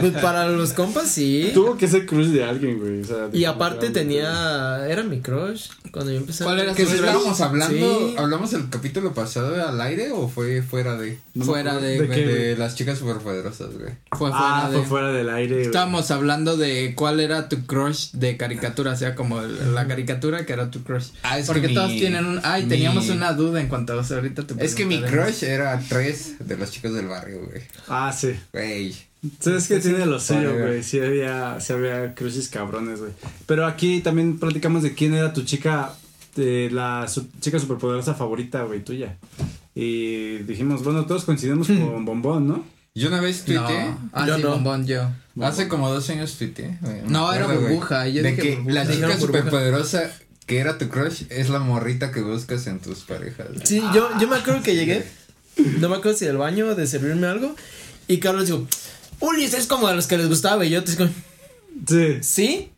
B: Pues para los compas sí.
A: Tuvo que ser crush de alguien, güey. o sea, de-
B: Y aparte tenía, era mi crush cuando yo empecé. a-
D: ¿Cuál era
C: que
D: su
C: si
D: crush?
C: estábamos hablando,
B: Sí.
C: ¿hablamos el capítulo pasado al aire o fue fuera de?
A: No me
D: fuera
A: acuerdo.
D: de-
A: ¿De
C: de,
A: qué,
C: de
A: güey?
C: las chicas superpoderosas, güey.
D: Fue fuera
A: Ah,
D: de.
A: fue fuera del aire, güey.
D: Estábamos hablando de cuál era tu crush de caricatura, o sea, como el- la caricatura que era tu crush.
C: Ah, es
D: Porque
C: que
D: todos
C: mi-
D: tienen un. Ay,
C: mi-
D: teníamos una duda en cuanto a eso, ahorita te
C: Es que mi
D: preguntaremos.
C: crush era tres de los chicos del barrio, güey.
A: Ah, sí.
C: Güey.
A: Sabes que tiene lo suyo,
C: Vale,
A: güey.
C: güey.
A: Sí había, sí había cruces cabrones, güey. Pero aquí también platicamos de quién era tu chica, de la su- chica superpoderosa favorita, güey, tuya. Y dijimos, bueno, todos coincidimos con Bombón, ¿no?
C: Yo una vez
D: No,
C: tuiteé,
D: ah,
B: Yo
D: sí,
B: no.
D: bombón, yo.
C: hace como dos años tuiteé. güey, me
D: No, era
C: acuerdo, güey,
D: burbuja, yo
C: de
D: dije
C: que
D: burbuja.
C: la
B: Dijeron
C: chica
B: burbuja.
C: superpoderosa que era tu crush es la morrita que buscas en tus parejas. güey.
B: Sí, yo, yo me acuerdo que llegué, no me acuerdo si del baño o de servirme algo, y Carlos dijo, Ulises es como de los que les gustaba, y yo te digo,
A: Sí.
B: ¿sí?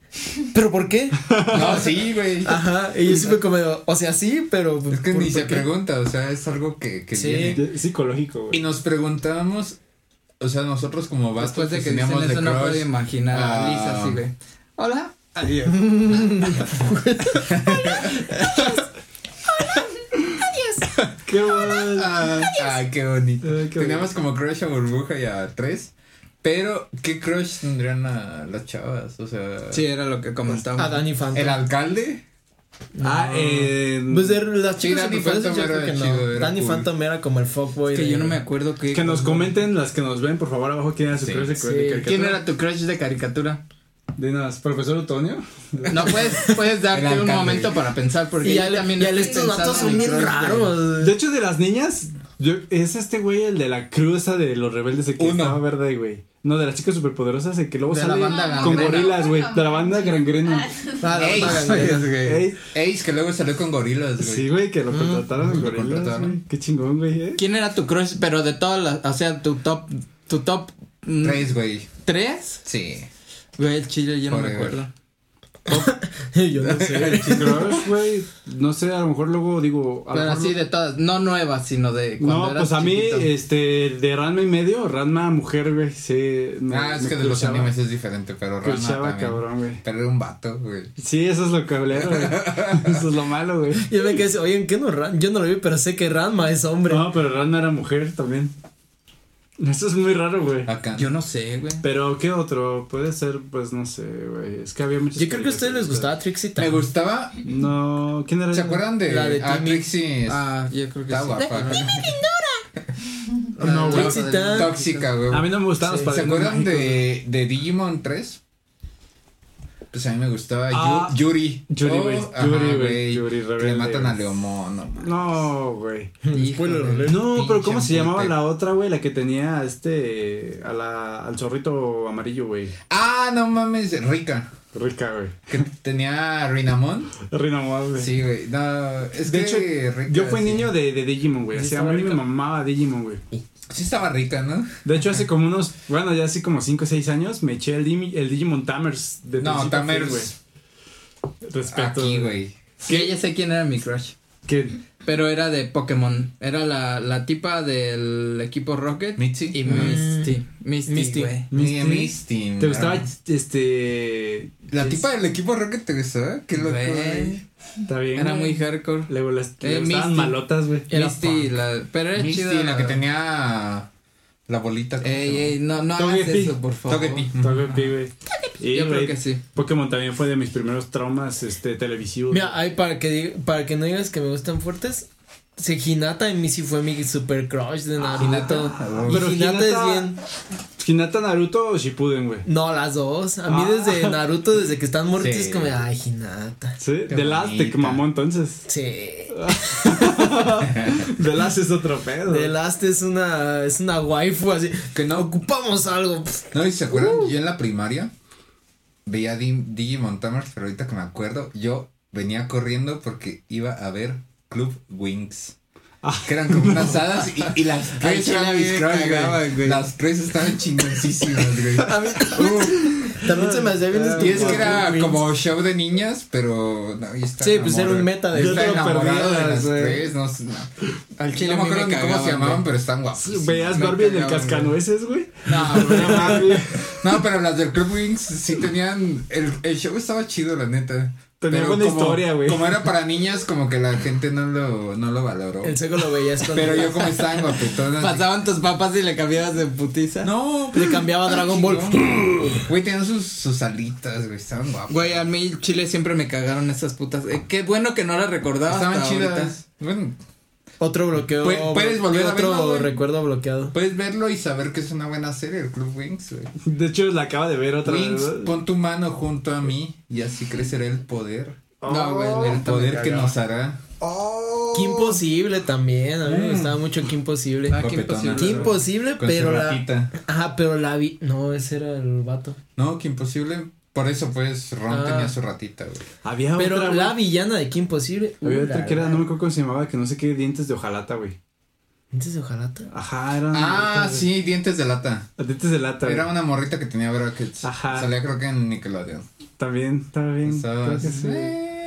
B: ¿Pero por qué?
C: No, sí, güey.
B: Ajá, y yo sí fue como, de, o sea, sí, pero...
C: Es que
B: ¿por-
C: ni
B: por
C: se
B: qué?".
C: pregunta, o sea, es algo que, que
B: Sí.
C: viene.
A: de- Psicológico,
C: Y
A: güey.
C: nos preguntábamos, o sea, nosotros como vatos
D: Después de
C: pues,
D: que dicen
C: teníamos de
D: eso, no
C: crush,
D: puedo imaginar a
C: ah,
D: Lisa así, güey. Hola. Adiós.
A: Qué mal.
C: Ah, ay, qué bonito.
A: Ay, qué
C: teníamos como crush a Burbuja y a Tres, pero ¿qué crush tendrían a las chavas? O sea,
D: Sí, era lo que
B: A
D: comentábamos.
B: Danny Phantom.
C: ¿el alcalde?
A: Ah, eh.
B: Pues de las
C: Sí,
B: chicas
C: Danny
B: superpoderosas,
C: Phantom
B: yo
C: era
B: creo que
C: chido,
B: no.
C: era
B: Danny
C: cool.
B: Phantom era como el fuckboy.
D: Es que
B: de-
D: yo no me acuerdo qué.
A: Que nos comenten las que nos ven, por favor, abajo quién era su
C: Sí.
A: crush de, de
B: Sí.
A: caricatura.
D: ¿Quién era tu crush de caricatura?
A: Dinos, profesor Otonio.
D: No, puedes, puedes
C: El
D: darte un
C: alcalde.
D: momento para pensar, porque
B: Y ya,
D: yo
B: le-
D: también
B: ya
D: estoy
B: estos
D: pensando
B: datos
D: en
B: son
D: mi
B: bien
D: crush de-
B: raros.
A: De hecho, de las niñas, yo, es este güey el de la cruza de los rebeldes, el que
C: Uno.
A: estaba verde, güey. No, de las chicas superpoderosas, el que luego
D: De la
A: sale
D: banda
A: con
D: gangrena.
A: gorilas, güey. De la banda gangrena.
E: Ah,
B: Ah, la otra
C: Ace,
B: gangrena.
C: güey.
A: Ey,
C: Ace, que luego salió con gorilas, güey.
A: sí, güey, que lo contrataron en
C: Mm. lo
A: gorilas,
C: contrataron.
A: güey. Qué chingón, güey, eh.
D: ¿Quién era tu crush? Pero de todas las. O sea, tu top. Tu top. mm,
C: Tres, güey.
D: ¿Tres?
C: Sí.
D: Güey, el chile, yo no me
C: Forever.
D: acuerdo.
B: yo no sé.
A: Crush, güey. No sé, a lo mejor luego digo. A lo
D: Pero
A: mejor
D: así
A: lo-
D: de todas. No nuevas, sino de. Cuando
A: No,
D: eras
A: pues a mí,
D: chiquito.
A: este, de Ranma y medio, Ranma mujer, güey. Sí. me-
C: Ah, es
A: me
C: que de los
A: cruzaba.
C: animes es diferente, pero Rana
A: Cruzaba,
C: también.
A: cabrón, güey.
C: Pero era un vato, güey.
A: Sí, eso es lo cablero, güey. Eso es lo malo, güey.
B: Yo me quedé así, oye, ¿en qué no Ran? Yo no lo vi, pero sé que Ranma es hombre.
A: No, pero Ranma era mujer también. Eso es muy raro, güey.
B: Ah.
C: Acá.
D: Yo no sé, güey.
A: Pero, ¿qué otro? Puede ser, pues, no sé, güey. Es que había muchos.
B: Yo creo que a ustedes les gustaba Trixie
C: Me
B: también.
C: gustaba.
A: No, ¿quién era?
C: ¿Se acuerdan de,
B: La de
C: ah,
B: Timmy.
C: Trixie?
D: Ah, yo creo que
C: Está
D: sí.
C: guapa.
D: La-
A: Ah, No, güey.
D: la-
B: Trixie
D: la-
B: Tan.
C: Tóxica, güey.
A: A mí no me gustaban
B: Sí.
A: los
C: ¿Se
A: padrinos
C: acuerdan
A: mágicos, güey.
C: de, de Digimon 3? Pues a mí me gustaba Yu-
A: Ah,
C: Yuri.
A: Yuri,
C: Oh,
A: güey,
C: ajá,
A: Yuri, güey,
C: güey,
A: Yuri
C: que
A: rebelde,
C: le matan
A: güey.
C: a Leomón, no mames.
A: No, güey.
B: Spoiler alert.
A: No, pero ¿cómo se
C: Pinche
A: llamaba
C: puta.
A: la otra, güey? La que tenía a este. A la, al zorrito amarillo, güey.
C: Ah, no mames, rica.
A: Rica, güey.
C: Que tenía a Rinamon.
A: Rinomás, güey.
C: Sí, güey. No, es
A: De
C: que
A: hecho,
C: rica,
A: yo fui
C: sí.
A: niño de, de Digimon, güey. O sea, a mí me mamaba Digimon, güey.
C: Sí estaba rica, ¿no?
A: De hecho, hace como unos, bueno, ya hace como 5 o 6 años, me eché el, Dimi- el Digimon Tamers. De
C: No,
A: principio a fin,
C: Tamers.
A: güey. Respeto.
C: Aquí, güey.
D: Sí, ya sé quién era mi crush.
A: Que,
D: Pero era de Pokémon. Era la, la tipa del equipo Rocket.
C: Mitzi.
D: Y
C: No.
D: Misty. Misty,
B: Ah. Misty.
D: güey.
C: Ni
A: Misty.
C: a Misty. ah.
A: ¿Te
C: no.
A: gustaba, este...
C: La tipa del equipo Rocket te gustaba. Qué loco,
D: Güey.
C: güey.
A: Está bien,
D: Era
A: güey.
D: muy hardcore.
A: Le, volas- le
D: Eh,
A: gustaban
D: Misty.
A: malotas, güey.
B: Era
D: Misty,
B: punk.
D: la, pero era
C: Misty,
D: chida.
C: la que tenía la bolita. ¿cómo se
D: Ey,
C: llama?
D: ey, no, no hagas
A: Togepi.
D: eso, por favor.
C: Togepi.
A: Togepi, güey. Y,
D: Yo creo
A: güey,
D: que sí.
A: Pokémon también fue de mis primeros traumas, este, televisivos.
B: Mira, ahí para que, di- para que no digas que me gustan fuertes. Sí, Hinata en mí sí fue mi super crush de Naruto.
C: Hinata.
B: Y
A: Pero Hinata-
B: Hinata, es bien.
A: Hinata Naruto o Shippuden, güey.
B: No, las dos. A mí
A: Ah.
B: desde Naruto, desde que están muertos,
C: Sí.
B: es como, ay, Hinata.
A: ¿Sí?
C: Qué
A: The Last te
C: bonita.
A: mamó entonces.
B: Sí.
A: The Last es otro pedo.
B: The Last es una, es una waifu así.
C: Que no.
B: Ocupamos algo. Pff,
C: No, y se acuerdan,
D: Uh.
C: yo en la primaria veía Dim- Digimon Tamers, pero ahorita que me acuerdo, yo venía corriendo porque iba a ver Club Wings. Que eran como unas hadas y, y las
D: Ah. Ay,
C: tres
D: sí, la
C: eran mis
D: vi,
C: crush, güey.
D: cagaban, güey.
C: Las tres estaban chingoncísimas, güey. Uh.
B: También se me hacía bien
C: Y
B: estúpido
C: es que era
B: Queen
C: como show de niñas, pero. No, yo estaba
B: Sí, pues era un
C: enamorado.
B: meta de-
C: Yo
B: Yo
C: estaba
A: te lo
C: enamorado de
A: perdías,
C: las
A: güey.
C: tres. No, sé, no.
D: Al
C: No
D: chile
C: me
D: a mí
C: acuerdo ni
D: me
C: cómo se
D: cagaban,
C: llamaban,
D: güey.
C: pero están guapos.
A: Veías
D: Me
A: Barbie en el
D: cagaban, güey.
A: cascanueces, güey.
D: No, güey.
C: No, pero las del Club Wings sí tenían. El, el show estaba chido, la neta.
A: Tenía
C: Pero
A: buena
C: como-
A: historia, güey.
C: Como era para niñas, como que la gente no lo, no lo valoró.
B: El seco lo veías cuando
C: Pero yo, como estaba en guapetona. así-
D: Pasaban tus papás y le cambiabas de putiza.
C: No,
B: le cambiaba Dragon Ball.
C: Güey, tenían sus, sus alitas, güey. Estaban guapos.
D: Güey, a mí Chile siempre me cagaron esas putas. Eh, qué bueno que no las recordaba.
C: estaban
D: hasta
C: chidas.
D: ahorita.
C: Bueno,
B: Otro bloqueo.
C: Pu- puedes volver a
B: Otro
C: verlo, güey.
B: recuerdo bloqueado.
C: puedes verlo y saber que es una buena serie, el Club Wings, güey.
A: De hecho, la acaba de ver otra
C: Wings,
A: vez.
C: pon tu mano junto a mí y así crecerá el poder.
A: Oh,
D: No, güey,
C: El
D: neta, me
C: poder que
D: cagaba.
C: nos hará.
G: Oh.
B: Kim Possible también. A mí me gustaba mucho Kim Possible.
D: Mm. Ah, qué
C: Guapetona.
D: imposible.
B: Qué imposible,
C: Con
B: pero
C: su
B: la.
C: ratita.
B: Ajá, pero la vi. No, ese era el vato.
C: No, que imposible. Por eso, pues, Ron
B: Ah.
C: tenía su ratita, güey.
D: Ah,
A: Había
B: Pero
A: otra,
B: la
A: güey.
B: villana de Kim Possible.
A: Había
B: uh,
A: otra
B: la-
A: que era, no me acuerdo cómo se llamaba, que no sé qué, dientes de hojalata, güey.
B: Antes de Ojalata.
A: Ajá, eran.
C: Ah,
A: ahorita, güey.
C: sí, dientes de lata.
A: Dientes de lata,
C: Era
A: güey.
C: una morrita que tenía brackets.
A: Ajá.
C: Salía creo que en Nickelodeon.
A: También, estaba bien.
C: Estaba- "Eh".
A: creo que sí.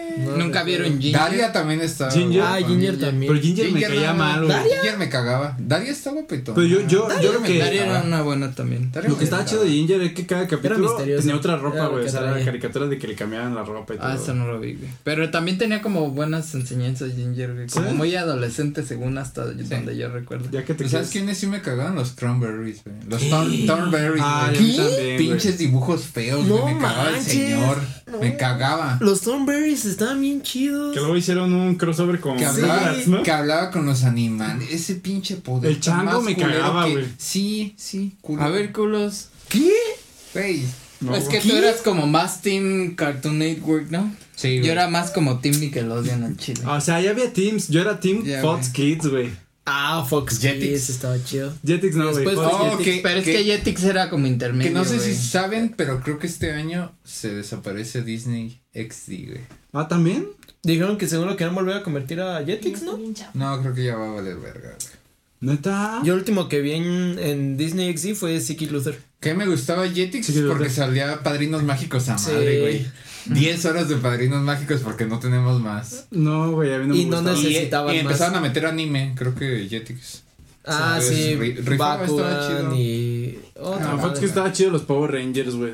B: No
D: Nunca
B: recuerdo.
D: vieron Ginger.
C: Daria también estaba.
A: Ginger.
B: Ah,
C: guapa.
B: Ginger
A: Pero
B: también.
A: Ginger, me caía
C: no,
A: mal, güey.
C: Ginger me cagaba. Daria estaba petón.
A: Pero yo, yo, yo lo
D: Daria
A: que.
D: era una buena también.
A: Lo que estaba chido de Ginger es que cada capítulo
B: misterioso.
A: tenía otra ropa,
B: Era lo
A: güey. O
B: que
A: sea, era
B: traía.
A: caricatura de que le cambiaban la ropa y todo.
D: Ah, eso no lo vi, güey. Pero también tenía como buenas enseñanzas Ginger, güey. Como
A: ¿Sí?
D: muy adolescente, según hasta yo- donde yo recuerdo.
A: Ya que te
C: Pues, ¿Sabes
A: quieres.
C: quiénes sí me cagaban? Los cranberries, güey. Los Thorn- thornberries,
A: Ah,
C: güey.
A: yo también, güey.
C: Pinches dibujos feos, güey.
B: No
C: me cagaba el
B: manches.
C: señor. Me cagaba.
B: Los Thornberries estaban bien chidos.
A: Que luego hicieron un crossover con.
C: Que hablaba,
A: Rugrats, ¿no?
C: que hablaba con los animales. Ese pinche poder.
A: El chango
C: tan más
A: me
C: culero
A: cagaba,
C: que-
A: güey.
C: Sí, sí, culero.
D: A ver, culos.
C: ¿Qué? Güey.
A: No,
D: es que
A: güey.
D: tú eras como más Team Cartoon Network, ¿no?
C: Sí, Ah,
D: Yo era más como Team Nickelodeon al chile.
A: O sea, ya había teams. Yo era team
D: Ya,
A: Fox Kids, güey.
B: Ah, Fox
C: Jetix.
B: Kids estaba chido.
A: Jetix no, güey.
B: Después
A: Fox
C: Oh,
B: Jetix.
C: que-
D: Pero es que Jetix era como intermedio.
C: Que no sé si
D: güey.
C: saben, pero creo que este año se desaparece Disney XD, güey.
A: Ah, ¿también?
B: Dijeron que seguro querían volver a convertir a Jetix,
E: Está
B: ¿no?
E: bien chavo.
C: No, creo que ya va a valer verga, güey.
A: ¿Neta?
B: Yo el último que vi en, en Disney XD fue Siki Luther.
C: Que me gustaba Jetix
A: Sí, sí,
C: porque
A: sí.
C: salía Padrinos Mágicos a
B: Sí.
C: madre, güey. 10 horas de Padrinos Mágicos porque no tenemos más.
A: No, güey, a mí no
B: Y
A: me
B: no
A: gustaba.
B: neces-
C: Y, e-
B: Necesitaban
C: y
B: más.
C: empezaron a meter anime, creo que Jetix.
B: Ah,
C: Entonces,
B: sí.
C: ri- rifaba, estaba
B: Bakugan
C: chido.
B: y... Otra
A: No,
B: madre.
A: Fox que estaba chido los Power Rangers, güey.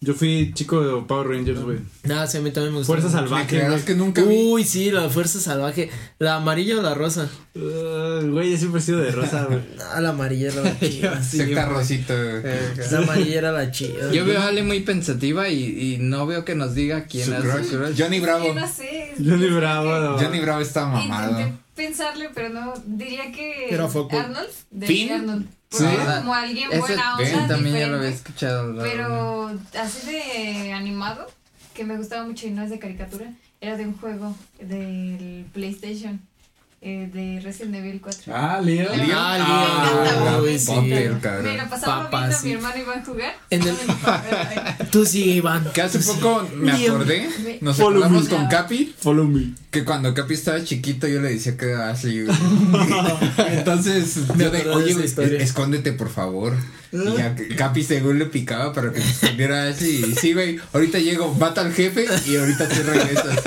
A: Yo fui chico de Power Rangers, güey.
B: Nah, sí, a mí también me gustó.
A: Fuerza
C: Me
A: Salvaje,
C: creerás
A: güey.
C: que nunca vi.
B: Uy, sí, la fuerza salvaje. ¿La amarilla o la rosa?
A: Uh, Güey, yo siempre he sido de rosa, güey.
B: Ah, la amarilla era la
A: Uh,
B: chida.
C: Secta Rosita. güey.
B: la amarilla era la chida.
D: Yo veo a Ale muy pensativa y, y no veo que nos diga quién
C: Su
D: es
C: crush.
D: su crush.
C: Johnny Bravo.
E: Sí, no sé.
A: Johnny Bravo, no.
C: Johnny Bravo está mamado.
E: Intenté pensarle, pero no. Diría que.
B: Era fuckboy.
E: Arnold. De
C: ¿Finn?
E: Arnold.
C: Sí.
E: Porque es como alguien
D: Ese
E: buena
C: Finn
E: onda.
D: también ya lo había
E: diferente,
D: escuchado. la verdad.
E: Pero así de animado. que me gustaba mucho y no es de caricatura, era de un juego del PlayStation eh, de Resident Evil 4.
A: Ah, Leo.
E: Leo.
B: Ah, güey, sí.
C: Potter,
E: me
C: cabrón.
E: la pasaba viendo a mi
B: papacito.
E: hermano iban a jugar.
B: En el- Tú sí, Iván.
C: Que hace poco me
B: Bien.
C: acordé, nos
A: Follow me.
C: acordamos con Capi,
A: Follow me.
C: que cuando Capi estaba chiquito yo le decía que era así. güey.
D: Entonces,
B: Me
C: Yo de,
B: acordé de
C: oye,
B: esa
C: güey,
B: historia".
C: escóndete, por favor. Y ya que Capi según le picaba para que se escondiera así. Y sí, güey, ahorita llego, mata al jefe y ahorita tú regresas.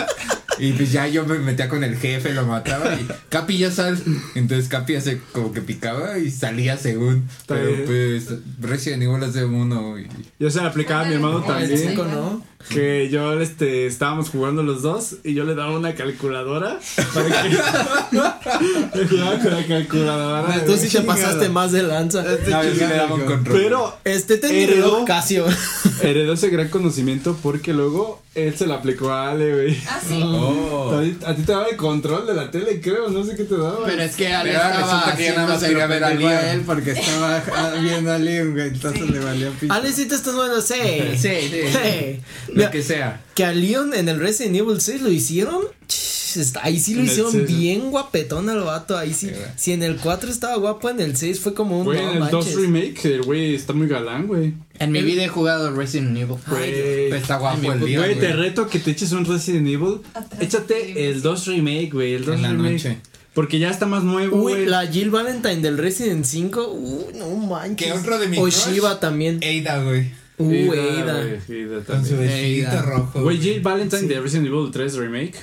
C: Y pues ya yo me metía con el jefe, lo mataba y Capi ya sal. Entonces Capi hace como que picaba y salía según. Pero
A: bien.
C: pues Resident Evil hace uno. güey.
A: Yo se la aplicaba a mi hermano
E: Ah,
B: El
A: también.
E: sí.
B: cinco, ¿no?
A: Que yo este, estábamos jugando los dos y yo le daba una calculadora para que. Le jugaba con la calculadora.
B: Tú sí te
A: Chingada.
B: pasaste este más de lanza.
C: No, yo sí le daba un control.
A: Pero
B: Este te
A: Heredó.
B: heredó Casio.
A: heredó ese gran conocimiento porque luego él se la aplicó a Ale, güey.
E: Ah, sí.
A: A ti- A ti te daba el control de la tele, creo, no sé qué te daba.
D: Pero es que Ale
C: Pero ahora
D: estaba
C: resulta que ya nada más quería ver a
D: haciéndoselo pendejo
C: Liam.
D: él porque estaba ah, viendo a Liam, güey, entonces le valió pito.
B: Ale, sí te estás bueno, sí.
C: Sí, sí.
B: Sí.
C: Lo
B: Mira,
C: que sea.
B: que a Leon en el Resident Evil 6 lo hicieron. ch, está- Ahí sí lo
A: En el
B: hicieron
A: seis, ¿no?
B: bien guapetón al vato. Ahí sí.
C: Sí, güey.
B: Si en el 4 estaba guapo, en el 6 fue como un.
A: Güey,
B: no
A: en el 2
B: manches.
A: Remake, el güey está muy galán, güey.
D: En mi vida he jugado Resident Evil.
A: Güey.
C: Está guapo el día.
A: Güey, te
C: güey.
A: reto que te eches un Resident Evil.
E: Atrás.
A: Échate el 2 Remake, güey. El 2
C: En la
A: Remake.
C: noche.
A: Porque ya está más nuevo,
B: Uy,
A: güey.
B: la Jill Valentine del Resident 5. Uy, no manches.
C: Que otro de mis
B: O
C: crush. Eh,
B: Shiva también.
C: Eida, güey.
B: Uy,
A: Ida,
B: Ada.
A: güey, Ida
C: Con su
A: también.
C: vestidito
D: Eida.
C: rojo.
A: Güey, Jill Valentine de Resident Evil 3 Remake.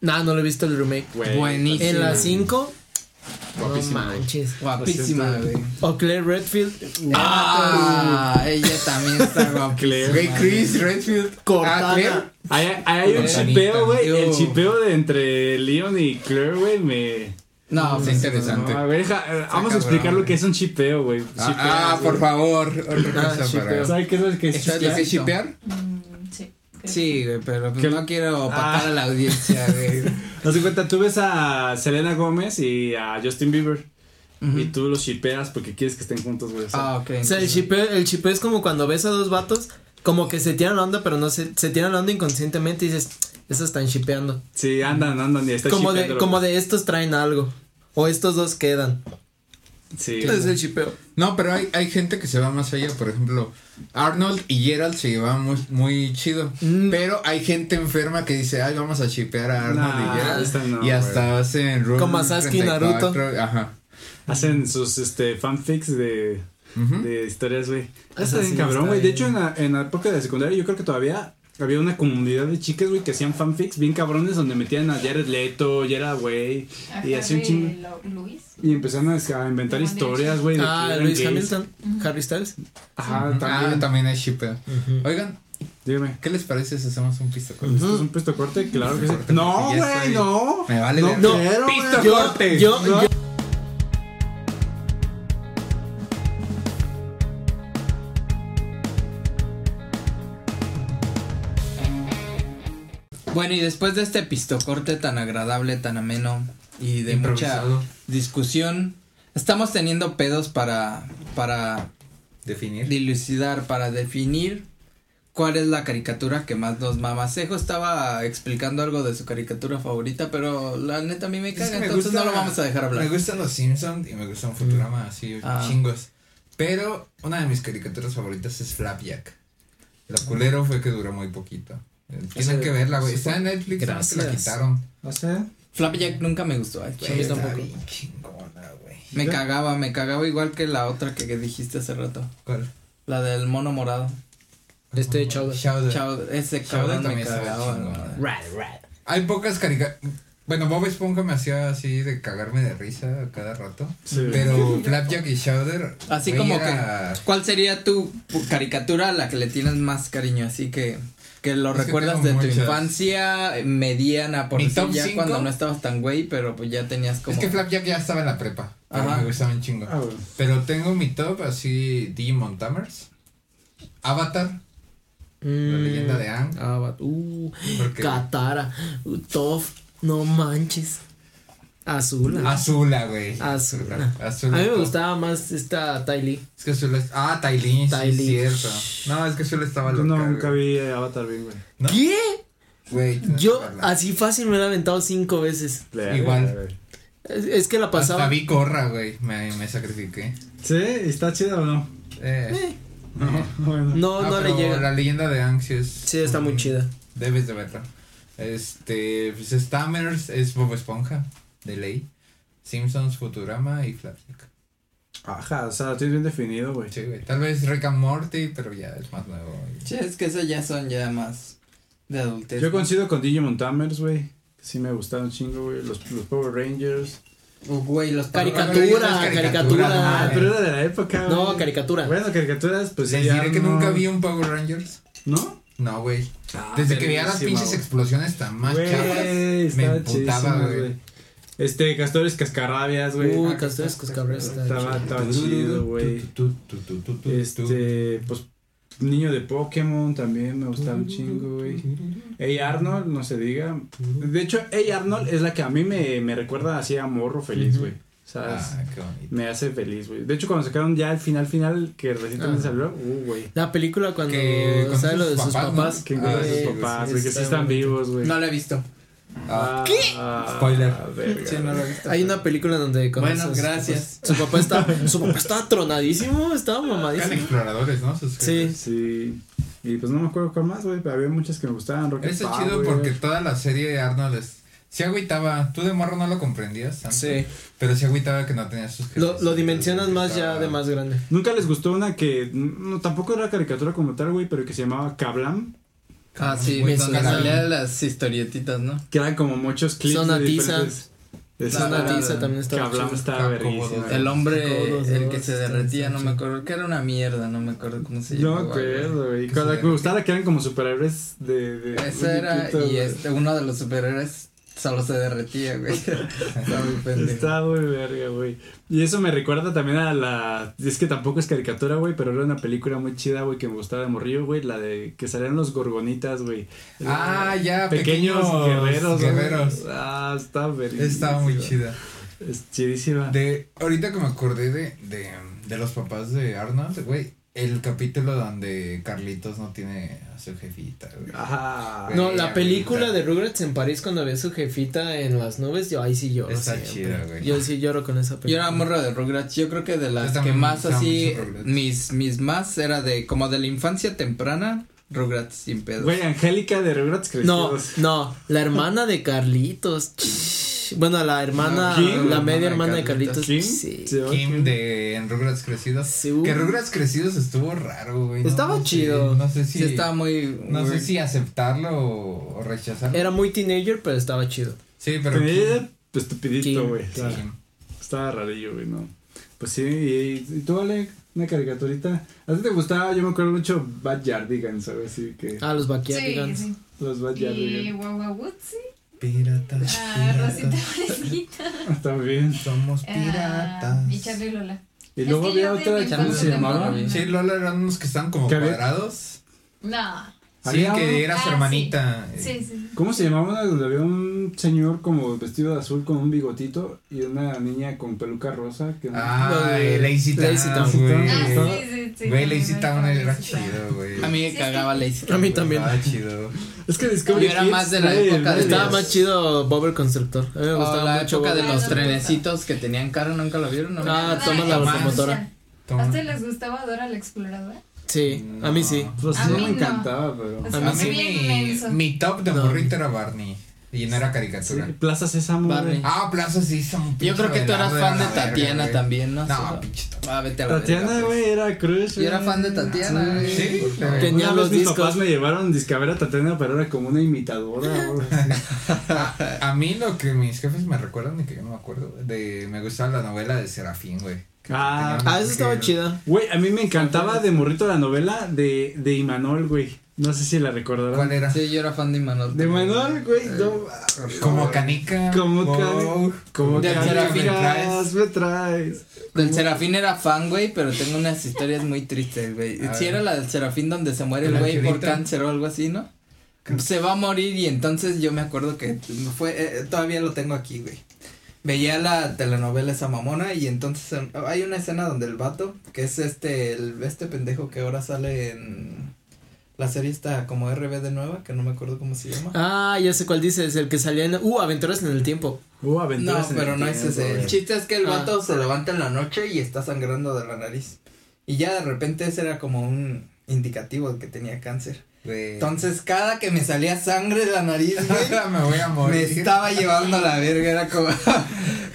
B: Nah, no le he visto el remake.
A: Güey.
D: Buenísimo.
B: En la 5. No
A: Guapísimo, güey.
B: manches.
D: Guapísima, güey.
B: O Claire Redfield.
D: Ah, ella también está guapa.
A: Claire.
C: Güey, Chris Redfield.
B: Cortana.
C: Ah, Claire.
A: Ahí, ahí hay un
C: Cortanita.
A: chipeo, güey. El
D: Yo.
A: chipeo de entre Leon y Claire, güey, me.
D: No,
C: Está
D: pues,
C: interesante.
A: No, a ver, deja- eh, vamos a
C: cabrón,
A: explicar lo
C: güey.
A: que es un chipeo, güey. Chipeo,
C: Ah, ah,
A: güey.
C: por favor. Otra
B: Ah,
C: cosa
B: shipeo.
C: para.
A: ¿Sabes qué es lo que es
D: Está
A: chipear?
C: ¿Qué es shipear?
E: Mm, sí. creo.
D: Sí, güey, pero pues
A: Que-
D: no quiero opacar
A: Ah.
D: a la audiencia, güey.
A: Haz de cuenta, tú ves a Selena Gómez y a Justin Bieber. Y tú los shipeas porque quieres que estén juntos, güey. o sea,
D: Ah, ok.
B: O sea, el chipeo, el chipeo es como cuando ves a dos vatos, como que se tiran la onda, pero no se, se tiran la onda inconscientemente y dices, esos están chipeando.
A: Sí, andan, andan y está
B: Como de,
A: shipeándolo,
B: como
A: güey.
B: de estos traen algo. O estos dos quedan.
A: Sí.
B: Ese es el chipeo.
C: No, pero hay, hay gente que se va más allá. Por ejemplo, Arnold y Gerald se llevaban muy, muy chido.
B: Mm.
C: Pero hay gente enferma que dice, ay, vamos a shipear a Arnold
A: Nah,
C: y Gerald.
A: esta no,
C: y hasta hacen Rule
B: Como a Sasuke y
C: 34,
B: Naruto.
C: Ajá.
A: Hacen sus este, fanfics de,
C: Ujú.
A: de historias, güey.
B: Eso
A: Está bien
B: sí
A: cabrón,
B: está
A: güey. De
B: bien.
A: hecho, en la, en la época de la secundaria, yo creo que todavía había una comunidad de chicas, güey, que hacían fanfics bien cabrones donde metían a Jared Leto, Gerard, güey.
E: Acá
A: Y así un
E: de
A: chingo.
E: Lo- Luis.
A: Y empezaron a, a inventar
E: One
A: historias,
E: Direction.
A: güey. de que
B: Ah,
A: eran
B: Luis
A: gays.
B: Hamilton, Harry Styles.
A: Ajá,
C: Ah,
A: también.
C: también hay shipeo. Oigan,
A: Dígame.
C: ¿qué les parece si hacemos un pisto con
A: ¿Esto es un puesto corte? Claro que sí.
C: Corte,
A: No,
C: porque ya
A: güey,
C: estoy-
A: no.
C: Me vale
A: No,
C: verga.
A: no. Quiero, güey.
C: Pisto
B: Yo-
C: corte.
B: yo-
A: No.
B: yo-
D: Bueno, y después de este pistocorte tan agradable, tan ameno y de mucha
C: Improvisado.
D: discusión, estamos teniendo pedos para, para
C: Definir.
D: dilucidar, para definir cuál es la caricatura que más nos mama. Sejo estaba explicando algo de su caricatura favorita, pero la neta a mí me
C: Es que
D: caga,
C: me
D: entonces
C: gusta-
D: no lo vamos a dejar hablar.
C: Me gustan los Simpsons y me gustan Futurama, así,
D: Ah.
C: chingos. Pero una de mis caricaturas favoritas es Flapjack. Lo culero fue que duró muy poquito. Eh, Tienen que verla, güey. Está en Netflix, nada más que la
B: Gracias.
C: quitaron.
A: O sea,
D: Flapjack nunca me gustó, ay,
C: Güey,
D: a mí
C: está
D: tampoco.
C: bien chingona, güey.
D: Me cagaba, me cagaba igual que la otra que, que dijiste hace rato,
C: ¿Cuál?
D: la del mono morado.
B: Este Chowder.
C: Chowder.
D: Chao, ese
C: Chowder
D: cabrón me
C: también estaba
D: cagaba.
C: chingona.
D: ¿no?
B: Rat, rat.
C: Hay pocas caricaturas. Bueno, Bob Esponja me hacía así de cagarme de risa a cada rato.
A: Sí.
C: Pero Flapjack y Chowder.
D: Así
C: güey,
D: como
C: era-
D: que, ¿cuál sería tu pu- caricatura a la que le tienes más cariño? Así que, que lo
C: Es que
D: recuerdas
C: tengo
D: de tu
C: muchas.
D: infancia eh, mediana, por
C: Mi
D: decir
C: top
D: ya
C: cinco.
D: cuando no estabas tan güey, pero pues ya tenías como...
C: Es que Flapjack ya estaba en la prepa. pero
D: Ajá.
C: Me gustaba un chingo.
A: Ah, bueno.
C: Pero tengo mi top así: Digimon Tamers, Avatar, la
B: Mm,
C: leyenda de Aang.
B: Ah, vato. Uh,
C: Porque
B: Katara. Uh, Toph. No manches. Azul.
C: Azula, güey.
B: Azula.
C: Ah, Azula.
B: A mí me gustaba más esta Tylee.
C: Es que Azula. es- Ah, Tailin.
B: Tailín.
C: cierto. No, es que Azula estaba
A: Yo
C: loca.
A: nunca
C: güey.
A: vi eh, Avatar bien, güey.
C: ¿No?
B: ¿Qué?
C: Güey, tienes
B: Yo
C: que verla.
B: así fácil me la he aventado cinco veces.
A: Le-
C: Igual.
A: güey.
B: Es, es que la pasaba.
C: Hasta vi Corra, güey. Me, me sacrifiqué.
A: ¿Sí? ¿Está chida o no?
C: Eh.
A: Bueno.
B: No,
C: ah,
B: no le
C: pero
B: llega.
C: La leyenda de Anxious.
B: Sí, está muy chida.
C: Debes de verla. Este, pues Stammers es Bob Esponja, de ley. Simpsons, Futurama y Flapjack.
A: Ajá, o sea, lo tienes bien definido, güey.
C: Sí, güey. Tal vez Rick and Morty, pero ya es más nuevo. güey.
D: Che, es que esas ya son ya más de adultez.
A: Yo
D: ¿no?
A: coincido con Digimon Tamers, güey. que Sí me gustaron un chingo, güey. Los, los Power Rangers.
D: Oh, Güey, los
B: Caricatura,
C: Caricaturas,
B: caricatura.
A: Ah,
C: Ah,
A: pero era de la época,
B: No,
A: güey.
B: caricatura.
A: Bueno, caricaturas, pues
C: Les
A: sí.
C: diré que nunca vi un Power Rangers.
A: ¿No? Ah,
C: No, güey.
D: Ah,
C: Desde que veía las pinches explosiones tan más chavas.
A: Güey,
C: Ah, me
A: estaba
C: emputaba,
A: chidísimo,
C: güey.
A: güey. Este, Castores Cascarrabias, güey.
B: Uy,
A: Ah,
B: Castores Cascarrabias está
A: Estaba, estaba chido, güey.
C: Tu, tu, tu, tu, tu, tu.
A: Este, pues, Niño de Pokémon también me gustaba un chingo, güey. Hey Arnold, no se diga. De hecho, Hey Arnold es la que a mí me, me recuerda así a morro feliz, güey. O sea, es-
C: Ah, qué bonito.
A: me hace feliz, güey. De hecho, cuando sacaron ya el final final que recientemente
B: Ah.
A: salió, uh, güey.
B: La película cuando
C: Que con
B: sale
C: sus
B: lo de sus
C: papás, ¿no?
B: papás.
A: Que
C: Ah,
A: encuentran a
C: sí,
A: sus
C: güey,
A: papás,
B: sí,
A: güey, que sí
B: está
A: están
B: bonito.
A: vivos, güey.
D: No la he visto.
C: Ah,
A: ¿Qué?
C: Spoiler.
A: ah,
D: Sí, no la he visto.
B: Hay una película donde conoce
D: Bueno,
B: a sus
D: gracias.
B: papás. Su papá está, su papá estaba tronadísimo, estaba
C: Eran
B: mamadísimo.
C: exploradores, ¿no? Sus
B: Sí.
A: Sí. Y pues no me acuerdo cuál más, güey, pero había muchas que me gustaban. Rocket
C: Eso es
A: Power.
C: chido porque toda la serie de Arnold es, se agüitaba. Tú de morro no lo comprendías. tanto,
B: Sí.
C: Pero se agüitaba que no tenía sus
B: Lo,
C: jefes.
B: lo dimensionas más ya
C: Estaba-
B: de más grande.
A: Nunca les gustó una que no, tampoco era caricatura como tal, güey, pero que se llamaba Kablam,
D: Ah, sí,
C: Güey,
D: donde
C: son-
D: salían las historietitas, ¿no?
A: que eran como muchos clips
B: Zona
A: de
B: Tiza.
A: diferentes- de
D: Zona
A: esa-
D: Tiza
B: también estaba
A: Kablam
B: chida.
A: estaba
C: Cacobo
A: verguísima.
C: dos.
D: El hombre,
B: Todos,
D: el
B: todos
D: que se
B: están-
D: derretía, no
B: están
D: me acuerdo, que era una mierda, no me acuerdo cómo se
A: No
D: llamaba.
A: me
D: güey.
A: acuerdo, güey.
C: Que
A: Con la
C: se-
A: que me gustaba que eran como superhéroes de. de
D: Esa era,
A: muñequitos,
D: y
A: güey.
D: este, uno de los superhéroes solo se derretía, güey. Está muy pendejo.
A: Está muy verga, güey. Y eso me recuerda también a la. Es que tampoco es caricatura, güey, pero era una película muy chida, güey, que me gustaba de morrillo, güey. La de que salían los gorgonitas, güey.
C: Ah, ya,
A: pequeños, guerreros. güey.
C: guerreros.
A: Ah, está verga.
C: Estaba muy chida.
A: Es chidísima.
C: De, ahorita que me acordé de, de, de los papás de Arnold, güey. El capítulo donde Carlitos no tiene a su jefita, güey.
A: Ajá.
B: Ah,
C: Güey,
B: No, la
C: ahorita.
B: película de Rugrats en París cuando ve a su jefita en las nubes, yo ahí sí lloro.
C: Está
B: siempre.
C: chida, güey.
B: Yo sí lloro con esa
D: Yo
B: película.
D: era morro de Rugrats, yo creo que de las
C: Yo
D: que
C: también
D: más
C: usaba
D: así,
C: mucho Rugrats.
D: mis, mis más era de, como de la infancia temprana, Rugrats sin pedo.
A: Güey, Angélica de Rugrats
B: No,
A: Crecidos.
B: no, la hermana de Carlitos. Bueno, la hermana,
A: ¿Kim?
B: la media hermana de Carlitos.
A: ¿Kim?
B: Sí.
A: Se va-
C: Kim de En Rugrats Crecidos.
B: Sí,
C: Que
B: uh.
C: Rugrats Crecidos estuvo raro, güey. no
B: Estaba
C: sé,
B: chido.
C: no sé si.
D: Sí, estaba muy...
C: No sé
D: weird.
C: si aceptarlo o, o rechazarlo.
B: Era muy teenager, pero estaba chido.
C: Sí, pero.
A: Tenía pues,
C: Kim-
A: estupidito,
B: Kim,
A: güey.
C: Sí,
A: Claro.
C: Kim.
A: Estaba rarillo, güey, ¿no? Pues sí, y, y tú, Ale, una caricaturita. ¿A ti te gustaba? Yo me acuerdo mucho Bad Yardigan, ¿sabes? Así que
B: Ah, los
E: Sí,
B: Backyardigans.
E: sí.
A: los Bad
E: Y
A: Yardigans
E: Wawawutsi,
C: Piratas.
E: ah,
C: piratas,
E: Rosita Fresita,
A: también.
C: Somos
E: ah,
C: piratas.
E: y Charlie Lola.
A: Y
E: Es
A: luego
E: que
A: había
E: yo de
A: otra, ¿cómo se
E: mi infancia
A: llamaba?
E: también.
C: Sí, Lola eran unos que estaban como
A: ¿Qué había?
C: cuadrados.
E: No,
C: Sí,
A: Había uno-
C: que era
E: Ah,
C: su
E: sí.
C: hermanita.
E: sí, sí.
A: ¿Cómo se llamaba una donde había un señor como vestido de azul con un bigotito y una niña con peluca rosa? Que no-
C: Ah,
B: Lo de
C: Lazy Town.
B: Lazy Town.
C: güey.
E: Ah,
A: Sí.
E: sí, sí, sí.
C: Güey,
E: también
C: Lazy
E: me
C: Town
E: acuerdo,
C: era
E: Lazy Town.
C: chido, güey.
D: A mí me
E: Sí,
D: cagaba Lazy
B: A mí
C: Güey,
B: también.
C: Estaba chido.
A: Es que Discovery
D: Yo era
A: Kids,
D: más de la
A: güey,
D: época de-
A: güey.
B: Estaba más chido Bob el Constructor. A mí me
D: O
B: gustaba
D: Oh, la
B: mucho
D: época
B: Bob
D: de
B: el-
D: los
E: Ah,
D: trenecitos que tenían cara, ¿nunca lo vieron? No,
B: Ah,
E: Ay,
B: toma la
E: Tomás.
B: locomotora. Ah,
E: ¿A
C: Toma.
E: ustedes les gustaba Dora la exploradora?
B: Sí, a mí sí.
A: Pues
E: A
A: no
E: mí
A: me
E: no.
A: encantaba, pero.
E: O
C: A
E: sea,
C: mí
E: se veía
C: mi,
E: inmenso.
C: mi top de
B: No.
C: morrito era Barney. Y no era
A: Sí,
C: caricatura.
A: Plaza Sésamo, güey.
D: Barney.
C: Ah, Plaza sí, son
D: Yo creo que tú eras fan de Tatiana también, ¿no?
C: No, pinche
D: Ah, vete a la
A: Tatiana,
D: verga, pues.
A: güey, era crush.
D: Yo era fan de Tatiana, güey.
C: Sí,
B: Ten- Tenía
A: Una vez
B: los
A: mis
B: discos.
A: papás me llevaron disque a ver a Tatiana, pero era como una imitadora. güey.
C: A mí lo que mis jefes me recuerdan y que yo no me acuerdo, de me gustaba la novela de Serafín, güey. Que
A: Ah,
C: tenía
B: Ah,
C: un
B: eso estaba
C: vaquero.
B: chida.
A: Güey, a mí me encantaba de morrito la novela de, de Imanol, güey. No sé si la recordarán.
C: ¿Cuál era?
D: Sí, yo era fan de Imanol.
A: De Imanol, güey. No,
C: Como canica.
A: como
C: wow,
A: ca- como
D: Del
A: ca-
D: Serafín
A: me
C: Traes.
A: traes, me traes.
D: Del Serafín era fan, güey, pero tengo unas historias muy tristes, güey.
C: A
D: Si
C: ver.
D: era la del Serafín donde se muere el
C: ¿La
D: güey por
C: chinita?
D: cáncer o algo así, ¿no? eh, Se va a morir y entonces yo me acuerdo que fue, eh, todavía lo tengo aquí, güey. veía la telenovela esa mamona y entonces eh, hay una escena donde el vato, que es este, el, este pendejo que ahora sale en la serie está como RB de nueva, que no me acuerdo cómo se llama.
B: Ah, ya sé cuál dices, el que salía en. Uh, Aventuras en el Tiempo.
A: Uh,
D: No,
A: aventuras en el
D: pero no es
A: tiempo,
D: ese.
A: güey.
D: El chiste es que el
B: Ah.
D: vato se levanta en la noche y está sangrando de la nariz. Y ya de repente ese era como un indicativo de que tenía cáncer.
C: De...
D: Entonces, cada que me salía sangre de la nariz, güey,
C: me voy a
D: me
C: morir.
D: estaba llevando a la verga. Era como,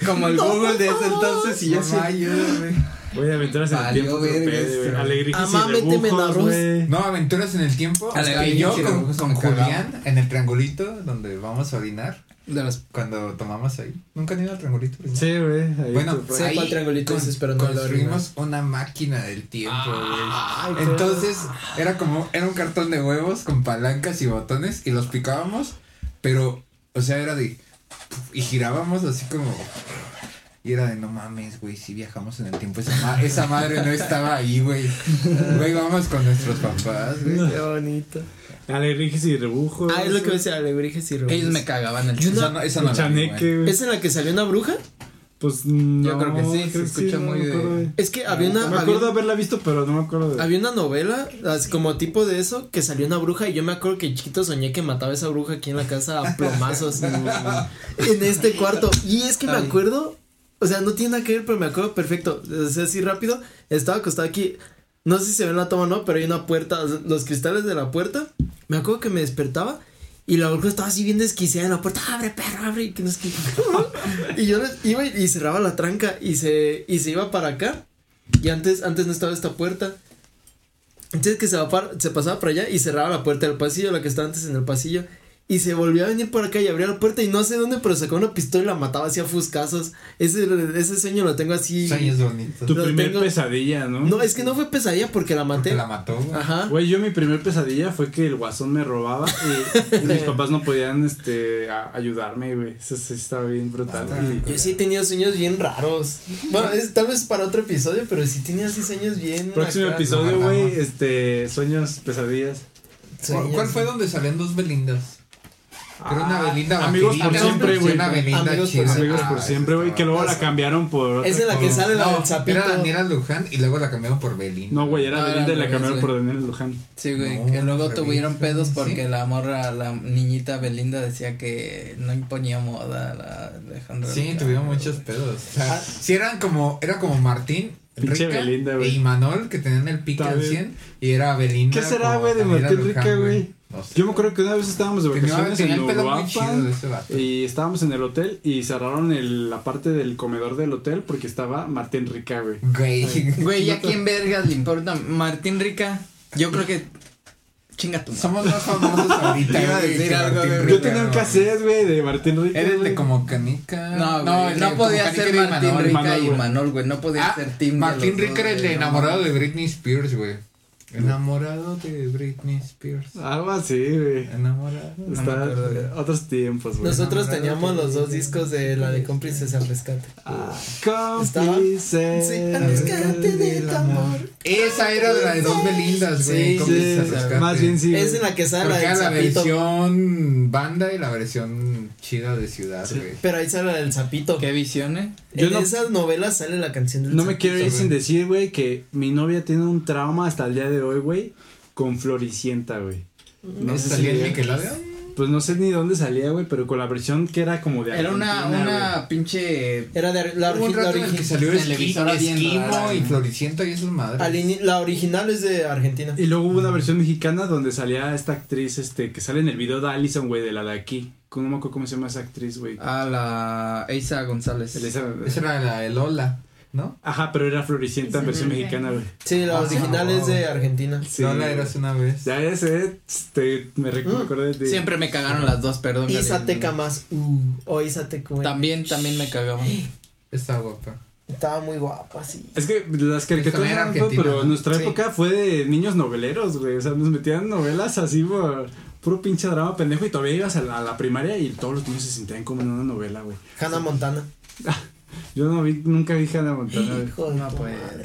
D: como el Google de ese entonces y yo
C: No
D: sí.
C: mames.
A: Güey, aventuras en el
D: Valió
A: tiempo. es otro
D: verga
A: pedo,
D: este,
A: güey.
D: güey.
A: Alegrijes
B: Amá,
A: y
B: méteme en
A: rebujos,
B: arroz.
A: güey.
C: No, aventuras en el tiempo.
D: A Ah, la
C: Hasta
D: vez
C: que yo
D: que
C: con,
D: dibujos
C: con
D: me
C: Julián
D: cagaban.
C: en el triangulito donde vamos a orinar.
D: De los-
C: Cuando tomamos ahí. Nunca han ido al triangulito. ¿verdad?
A: Sí, güey. ahí
C: Bueno,
A: tú-
B: Sé
C: ahí
B: cuál triangulito dices, pero no lo
C: construimos una máquina del tiempo,
D: Ah,
A: Ay,
C: güey. Entonces, era como, era un cartón de huevos con palancas y botones y los picábamos, pero, o sea, era de, y girábamos así como, y era de, no mames, güey, si viajamos en el tiempo, esa, ma- esa madre no estaba ahí, güey. Güey, vamos con nuestros papás, güey.
B: Qué bonito.
A: Alegrijes y rebujos.
B: Ah, es lo que decía, Alebrijes y Rebujos.
D: ellos me cagaban el
B: Yo
D: chiste.
C: Esa no, esa no
A: El
C: la vi, güey.
A: chaneque, güey.
B: ¿Es en la que salió una bruja?
A: Pues no.
D: Yo creo que sí, se
A: que
D: escucha
A: no
D: muy
A: me
D: de-
A: acuerdo, güey.
B: Es que había una.
A: Me
B: había-
A: acuerdo haberla visto, pero no me acuerdo de.
B: Había una novela, así como tipo de eso, que salió una bruja y yo me acuerdo que chiquito soñé que mataba a esa bruja aquí en la casa a plomazos en este cuarto. Y es que me
D: Ay.
B: acuerdo, o sea, no tiene nada que ver, pero me acuerdo perfecto. O sea, así rápido, estaba acostado aquí. No sé si se ve en la toma o no, pero hay una puerta, o sea, los cristales de la puerta. Me acuerdo que me despertaba y la bruja estaba así bien desquiciada en la puerta. Abre, perro, abre. Y, que no es que- y yo le- iba y cerraba la tranca y se, y se iba para acá. Y antes, antes no estaba esta puerta. Entonces que se, va par- se pasaba para allá y cerraba la puerta del pasillo, la que estaba antes en el pasillo. Y se volvió a venir por acá y abría la puerta y no sé dónde, pero sacó una pistola y la mataba así a fuscazos. Ese, ese sueño lo tengo así.
C: Sueños bonitos.
A: Tu
B: Lo
A: primer
B: tengo-
A: pesadilla, ¿no?
B: No, es que no fue pesadilla porque la
C: Porque
B: maté.
C: la mató, güey.
B: Ajá.
A: Güey, yo mi primer pesadilla fue que el guasón me robaba y, y mis papás no podían este, a- ayudarme, güey. Eso sí estaba bien brutal.
B: Yo sí tenía sueños bien raros. Bueno, es, tal vez para otro episodio, pero sí tenía así sueños bien.
A: Próximo
B: acá,
A: episodio,
C: guardamos.
A: güey, este, sueños, pesadillas.
C: ¿Cuál,
B: sueños.
C: cuál fue donde salían dos Belindas? Era una
A: Ah,
C: Belinda
A: Amigos por
C: vampirita,
A: siempre,
C: y
A: güey.
C: Una Belinda
B: Amigos por
C: chida.
A: Amigos
C: Ah,
A: por
C: esa
A: siempre, güey,
C: estaba-
A: que luego la
B: esa-
A: cambiaron por... otra
B: Es en la que
A: cosa.
B: sale la del
C: No,
B: sapito.
C: era Daniela Luján y luego la cambiaron por Belinda.
A: No, güey,
D: No,
A: era
D: era
A: Belinda y
D: al
A: la
D: revés,
A: cambiaron por
D: güey.
A: Daniel Luján.
D: Sí, güey,
C: No,
D: que luego
C: revista,
D: tuvieron pedos
C: ¿sí?
D: porque la morra, la niñita Belinda decía que no imponía moda a la Alejandra.
C: Sí,
D: Luján,
C: tuvieron
D: güey.
C: muchos pedos. O
D: Ah.
C: sea, sí eran como, era como Martín,
A: Pinche
C: Rica
A: Belinda, güey.
C: y Manol que tenían el pique
A: Está
C: al
A: bien.
C: 100 y era Belinda.
A: ¿Qué será,
C: como
A: güey, de
C: Daniela
A: Martín
C: Luján,
A: Rica, güey?
C: No sé.
A: Yo me acuerdo que una vez estábamos de
C: Tenía,
A: vacaciones
C: tenía
A: en
C: el pelo muy chido
A: Uruapan
C: ese vato.
A: y estábamos en el hotel y cerraron el- la parte del comedor del hotel porque estaba Martín Rica, güey.
C: Güey,
D: Güey, ¿y a quién vergas le importa? Martín Rica, yo creo que. Chinga tu madre.
C: somos más famosos ahorita.
D: Iba a
C: güey,
D: decir
C: que
D: algo,
C: Martín
D: güey.
C: Rica,
A: Yo tenía un
C: güey.
A: cassette, güey, de Martín Rica.
C: Eres de
A: güey.
C: como Canica.
D: No,
C: el
D: güey,
C: de
D: no, podía
C: como
D: ser
C: Canica y
D: Martín
C: Manol.
D: Rica
A: Manol,
D: y
A: güey.
D: Manol, güey, no podía
C: Ah,
D: ser Tim. de
C: Martín
D: los
C: Rica
D: dos,
C: era el
D: güey, no
C: enamorado de
D: mames.
C: Britney Spears, güey. Enamorado de Britney Spears.
A: Algo así, güey.
C: Enamorado.
D: me
A: Está-
D: acuerdo, güey.
A: otros tiempos, güey.
B: Nosotros teníamos los dos discos de la de Cómplices al Rescate.
A: Ah,
B: Estaba-
A: cómplices.
B: Sí, al rescate de tu amor.
C: Esa era de la de dos Belindas,
B: Sí,
C: güey.
A: Sí,
C: Cómplices al rescate.
A: más bien sí.
B: Es
A: güey.
B: en la que sale
C: Porque
B: la
C: era
B: del
C: la
B: sapito.
C: versión banda y la versión chida de ciudad, güey.
B: Pero ahí sale la del sapito.
D: ¿Qué eh? visiones?
A: Yo
B: en
A: no-
B: esas novelas sale la canción del
A: No me
B: sapito.
A: quiero ir
C: güey.
A: sin decir, güey, que mi novia tiene un trauma hasta el día de hoy, güey, con Floricienta, güey. No sé
C: ¿Salía
A: si-
C: en Nickelodeon?
A: Pues no sé ni dónde salía, güey, pero con la versión que era como de
D: Era una,
A: Argentina,
D: una pinche.
B: Era de la,
C: Hubo un
B: origi- la
C: rato en el que
B: origi-
C: salió
D: televisora
C: Esqui-
D: bien
C: Esquimo
D: rara,
C: y
D: güey.
C: Floriciento y esas
B: al
C: madres.
B: ini- la original es de Argentina.
A: güey. Y luego hubo una versión mexicana donde salía esta actriz, este, que sale en el video de Allison, güey, de la de aquí. No me acuerdo cómo se llama esa actriz, güey.
D: A la Eisa González.
A: Esa-
C: Esa era la de Lola, ¿no?
A: Ajá, pero era Floricienta en
E: Sí,
A: versión
E: sí.
A: mexicana, güey.
B: Sí, la
C: Ah,
B: original
C: wow.
B: es de Argentina.
A: Sí,
C: Lola
A: güey.
C: eras una vez.
A: Ya ese, este, me rec- me acordé de...
D: Siempre me cagaron las dos, perdón. Gabriel.
B: Isateca más uh, o Isateca. güey.
D: También, también me cagaban.
C: Está guapa.
B: Estaba muy guapa, sí.
A: Es que las caricaturas
C: también era
A: eran todo,
C: argentina,
A: pero
C: ¿no?
A: nuestra
B: Sí.
A: época fue de niños noveleros, güey. O sea, nos metían novelas así por puro pinche drama pendejo y todavía ibas a la, a la primaria y todos los niños se sentían como en una novela, güey.
B: Hannah Montana.
A: Yo no vi, nunca vi Hannah Montana. güey.
B: Hijo de tu madre.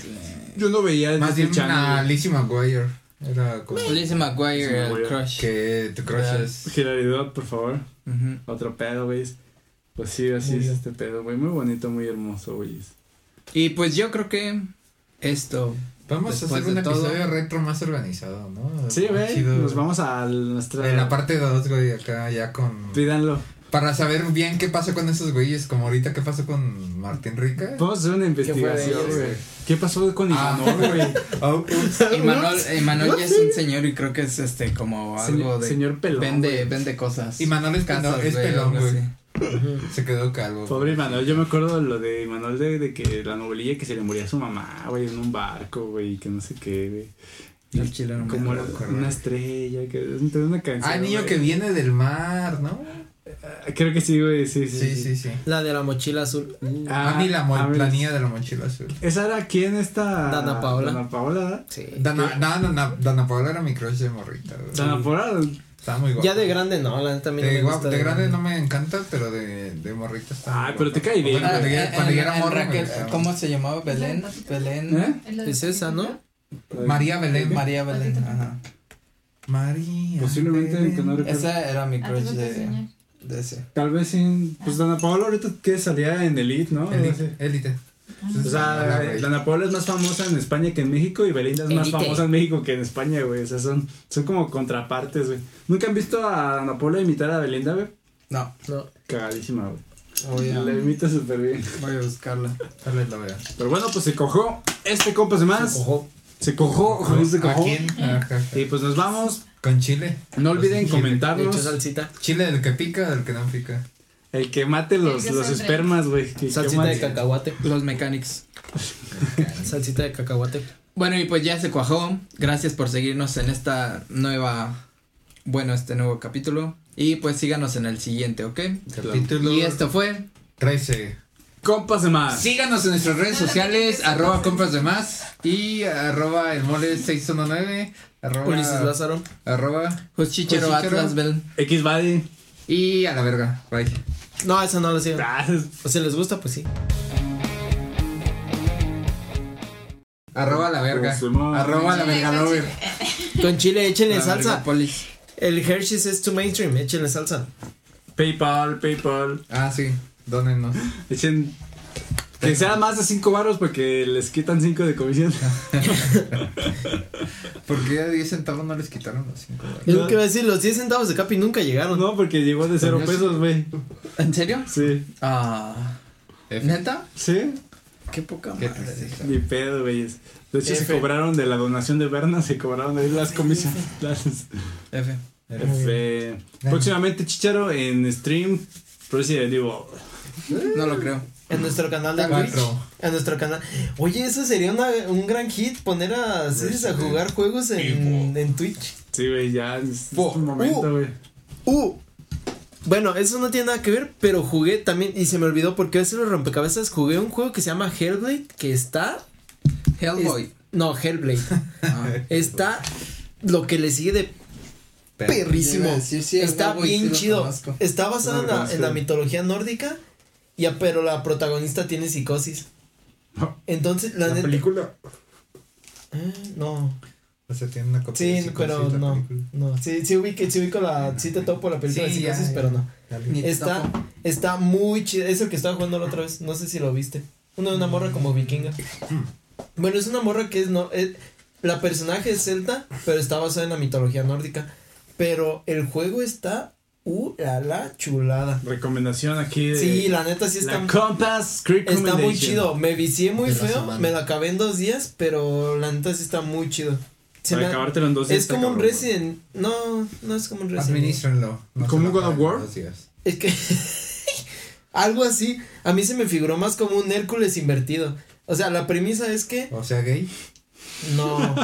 A: Yo no veía el
C: Más
A: Disney
C: bien
A: Channel,
C: una Lizzie McGuire. Era como
D: Lizzie McGuire,
A: Lizzie
D: el
A: McGuire.
D: crush.
C: que tu crush
D: Real.
C: es
A: güey. Hilaridad, por favor.
D: Ujú.
A: Otro pedo, güey. Pues sí, así es
B: Murió.
A: este pedo, güey. Muy bonito, muy hermoso, güey.
D: Y pues yo creo que esto.
C: Vamos a
D: después
C: hacer un
D: de todo-
C: episodio retro más organizado, ¿no?
A: Sí, güey.
C: Chido.
A: Nos vamos a nuestra.
C: En la parte 2, güey, acá ya con...
A: Pídanlo.
C: Para saber bien qué pasó con esos güeyes, como ahorita qué pasó con Martín Rica.
A: Vamos a hacer una investigación,
C: ellos,
A: güey.
C: güey?
A: ¿Qué pasó con
C: Ah.
A: Ivanor, güey?
C: Oh, ups.
D: Imanol, Imanol ya es un señor y creo que es este como algo
A: Señor,
D: de.
A: señor pelón.
D: vende,
A: güey.
D: vende cosas.
C: Imanol es, no, es
D: güey,
C: pelón,
D: algo
C: güey.
D: así.
C: Se quedó calvo.
A: Pobre Imanol, yo me acuerdo lo de Imanol de, de que la novelilla que se le moría a su mamá, güey, en un barco, güey, que no sé qué, güey.
D: Al chile no me
A: Como era
C: acuerdo,
A: una
C: güey.
A: estrella, que es una canción.
C: Ah, niño
A: güey.
C: que viene del mar, ¿no?
A: Ah, Creo que sí, güey, sí, sí.
C: Sí, sí, sí.
B: La de la mochila azul. Mm,
A: Ah,
C: A mí la, mo-
A: a ver,
C: la niña de la mochila azul.
A: ¿Esa era quién esta?
B: Dana Paola.
A: Dana Paola.
B: sí.
D: Eh,
C: Dana, Dana, Dana, Dana Paola era mi crush de morrita, güey.
A: Dana Paola.
C: Estaba muy guapa.
B: Ya de grande no, la neta a mí no
C: De,
B: me
C: guap-
B: gusta
C: de grande no me encanta, pero de, de morrita está.
A: Ay,
C: muy
A: Ah, pero te
C: guapa.
A: cae bien,
C: Bueno, Cuando
D: Ah,
C: ya- cuando
D: en-
C: ya era
D: en
C: morra, me
D: Raquel,
C: gustaba.
D: ¿Cómo se llamaba? Belén. Belén.
A: ¿Eh?
E: ¿Es la de
B: Es
E: la
B: esa,
E: patita?
B: ¿no?
C: María Belén.
D: María Belén.
E: Patito.
D: Ajá.
C: María.
A: Posiblemente que no recuerdo.
D: Esa era mi
E: Ah, te
D: crush
E: voy a enseñar.
D: de, de ese.
A: Tal vez sin. Pues Dana Paola ahorita que salía en Elite, ¿no?
C: Élite. Élite.
A: O sea, eh, Dana Paola es más famosa en España que en México y Belinda es más
D: Elite.
A: famosa en México que en España, güey. O sea, son, son como contrapartes, güey. ¿Nunca han visto a Dana Paola imitar a Belinda, güey?
D: No,
B: No.
A: Cagadísima, güey.
D: voy a,
A: La imita súper bien.
D: voy a buscarla.
C: Tal vez lo vea.
A: Pero bueno, pues se cojó este compas de más.
B: Ojo.
A: Se cojó. ojo, se
C: ¿A
A: cojó.
C: quién?
B: Mm.
C: Ajá, ajá.
A: Y pues nos vamos.
C: Con chile.
A: No olviden
C: Pues,
B: Le echo
A: comentarnos
B: salsita.
C: Chile del que pica, del que no pica.
A: el que mate los,
E: El que
A: los
E: sangre.
A: espermas, güey. Que- que
B: Salsita de
A: mate.
B: cacahuate.
D: Los Mechanics.
B: Salsita de cacahuate.
D: Bueno, y pues ya se cuajó. Gracias por seguirnos en esta nueva. Bueno, este nuevo capítulo. Y pues síganos en el siguiente, ¿ok?
C: Capítulo
D: Y esto fue.
C: 13.
A: Compas de más.
C: Síganos en nuestras redes sociales, arroba compras de más y arroba el mole 619, arroba,
B: Ulises Lázaro.
C: arroba Pues
D: Justichero
C: Justichero.
D: Pues Atlas Bell.
A: X Buddy.
C: y a la verga. Bye.
B: No, esa no la sigan.
A: Gracias.
B: O si les gusta, pues sí.
C: Arroba la verga. Arroba la verga lover.
B: Con chile, échenle salsa.
D: Vergopolis.
B: El Hershey's es too mainstream. Échenle salsa.
A: PayPal, PayPal.
C: Ah, sí, dónenos.
A: Echen. Que sea más de 5 varos porque les quitan 5 de comisión.
C: ¿Por qué a 10 centavos no les quitaron los 5 dólares?
B: Es lo que iba a decir. Los 10 centavos de Capi nunca llegaron.
A: No, porque llegó de 0 pesos, güey.
D: ¿En serio?
A: Sí.
D: Ah.
C: F.
D: ¿Neta?
A: Sí.
D: Qué poca
C: Qué
D: madre.
C: tristeza.
A: Ni pedo, güey. De hecho, se
D: F.
A: cobraron de la donación de Berna, se cobraron ahí las comisiones. Las-
D: F.
A: F. Próximamente, Chicharo en stream. Pero sí, digo.
D: No lo creo.
B: En nuestro canal de Twitch.
C: Cuatro.
B: En nuestro canal. Oye, eso sería una- un gran hit. Poner a Ceres a jugar juegos en, en Twitch.
A: Sí, güey, ya. Es, es
B: Bo-
A: un momento,
B: uh.
A: güey.
B: Uh. Bueno, eso no tiene nada que ver, pero jugué también. Y se me olvidó porque hace los rompecabezas. Jugué un juego que se llama Hellblade. Que está.
D: Hellboy.
B: es- no, Hellblade.
D: Ah.
B: está lo que le sigue de
D: Yo
B: perrísimo.
D: iba a decir, sí, el
B: está
D: Hellboy sí
B: bien
D: lo
B: chido.
D: conozco.
B: Está basado en la, en la mitología nórdica. Ya, pero la protagonista tiene psicosis. Entonces, la, neta-
A: película.
B: Ah, No.
C: O sea, tiene una copia. de
B: Sí,
C: cinco,
B: pero
C: sí, la
B: no,
C: película.
B: no. Sí, sí ubico, sí ubico la, sí te topo la película
D: Sí,
B: de
D: ya,
B: psicosis,
D: ya.
B: pero no.
D: Ni te
B: Está,
D: topo.
B: está muy chido. Es el que estaba jugando la otra vez. No sé si lo viste. Una una morra como vikinga. Bueno, es una morra que es no. eh, la personaje es celta, pero está basada en la mitología nórdica. Pero el juego está uh la la chulada.
A: Recomendación aquí de.
B: Sí, la neta sí está.
A: la Compass Creek
B: Está muy
A: Recommendation.
B: chido. Me vicié muy
C: De la
B: feo.
C: semana.
B: Me la acabé en dos días, pero la neta sí está muy chido. Se
A: Para
B: me-
A: acabártelo en dos días
B: es
A: está
B: como un
A: cabrón,
B: Resident. No, no es como un Resident.
C: Administrenlo. no
A: ¿Como
C: se
A: un
C: lo
A: God of
C: acaben en
A: War?
C: dos días.
B: Es que algo así, a mí se me figuró más como un Hércules invertido. O sea, la premisa es que
C: O sea, gay.
B: no.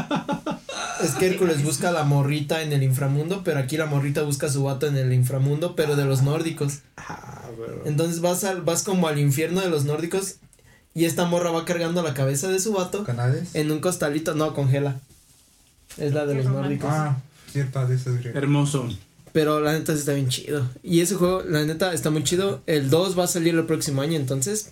B: Es que Hércules busca a la morrita en el inframundo, pero aquí la morrita busca a su vato en el inframundo, pero de los nórdicos. Entonces vas al, vas como al infierno de los nórdicos y esta morra va cargando la cabeza de su vato
C: ¿Canades?
B: en un costalito, no, congela. Es la de los nórdicos.
C: Ah, cierta de esas griegas.
A: Hermoso.
B: Pero la neta sí está bien chido. Y ese juego, la neta, está muy chido. El 2 va a salir el próximo año, entonces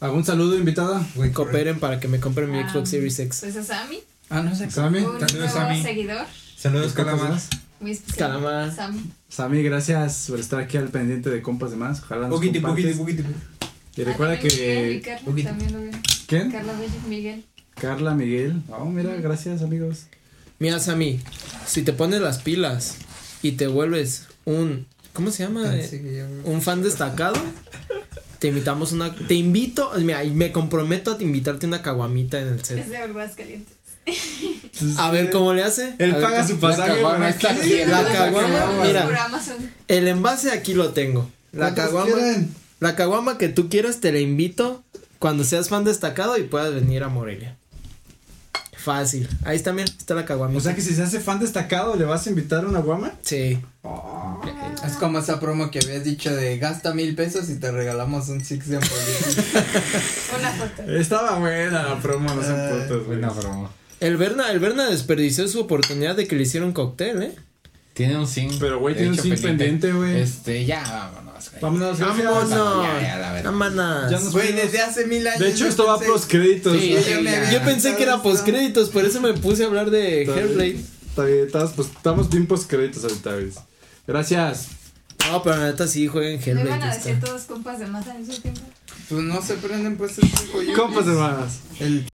A: ¿Algún saludo, invitada?
C: Güey,
B: cooperen para que me compren
E: Ah.
B: mi Xbox Series X.
E: Pues a Sammy,
D: Ah, no sé.
A: Sammy.
E: un
C: Saludos,
E: nuevo
C: Sammy.
E: seguidor.
C: Saludos, Calamar.
E: Un muy especial.
B: Calamar.
E: Sam.
A: Sammy, gracias por estar aquí al pendiente de compas de más. Ojalá nos
D: Poquiti, poquiti,
A: compartes.
D: poquiti.
A: Y recuerda
E: Ah, también Miguel y
A: que...
E: Carla
D: poquito.
E: también lo veo.
A: ¿Quién?
E: Carla Bello y Miguel.
A: Carla, Miguel. Oh, mira, gracias amigos.
B: Mira, Sammy, si te pones las pilas y te vuelves un. ¿Cómo se
C: Ah,
B: llama?
D: Así que ya, güey.
B: Un fan destacado. Te invitamos una. Te invito. Mira, y me comprometo a invitarte una caguamita en el
E: Es
B: set.
E: de Aguascalientes.
B: A
G: eh,
B: ver cómo le hace.
A: Él
B: A ver
A: paga
B: cómo-
A: su pasaje.
C: caguama
A: para
C: está
A: aquí.
C: aquí.
B: La
E: Calientes.
B: caguama, mira.
E: Por Amazon.
B: El envase aquí lo tengo. La
G: ¿Cuántos
B: caguama.
G: quieren?
B: La caguama que tú quieras te la invito cuando seas fan destacado y puedas venir a Morelia. Fácil. Ahí está, mira, está la caguama.
A: O sea que si se hace fan destacado, ¿le vas a invitar a una guama?
B: Sí.
D: Es como esa promo que habías dicho de gasta mil pesos y te regalamos un six de hamburguesas.
E: Una foto.
A: Estaba buena la promo, no
G: Eh,
A: son putos, güey.
C: Buena broma.
B: El Berna, el Berna desperdició su oportunidad de que le hiciera un cóctel, ¿eh?
C: Tiene un zinc.
A: Pero, güey, tiene un zinc pendiente, güey.
C: Este, ya, vámonos, güey.
A: Vámonos, gracias.
B: ¡Vámonos!
C: Ya, ya, la verdad.
B: ¡Vámonos!
A: Ya nos
D: Güey,
A: fuimos.
D: desde hace mil años.
A: De hecho,
D: yo
A: esto va a
D: pensé-
A: los créditos.
C: Sí,
A: güey.
C: ya,
D: me había
B: Yo pensé que era
D: pensado esto.
B: postcréditos, por eso me puse a hablar de
A: Está bien.
B: Hairblade.
A: Está bien, estamos, pues, estamos bien postcréditos ahorita, güey. Gracias.
B: No, pero la neta sí juegan
E: Me van
B: Hairblade.
E: a
B: está.
E: decir todos compas de más al mismo tiempo.
D: Pues no se prenden, pues el
A: Compas hermanas.
D: El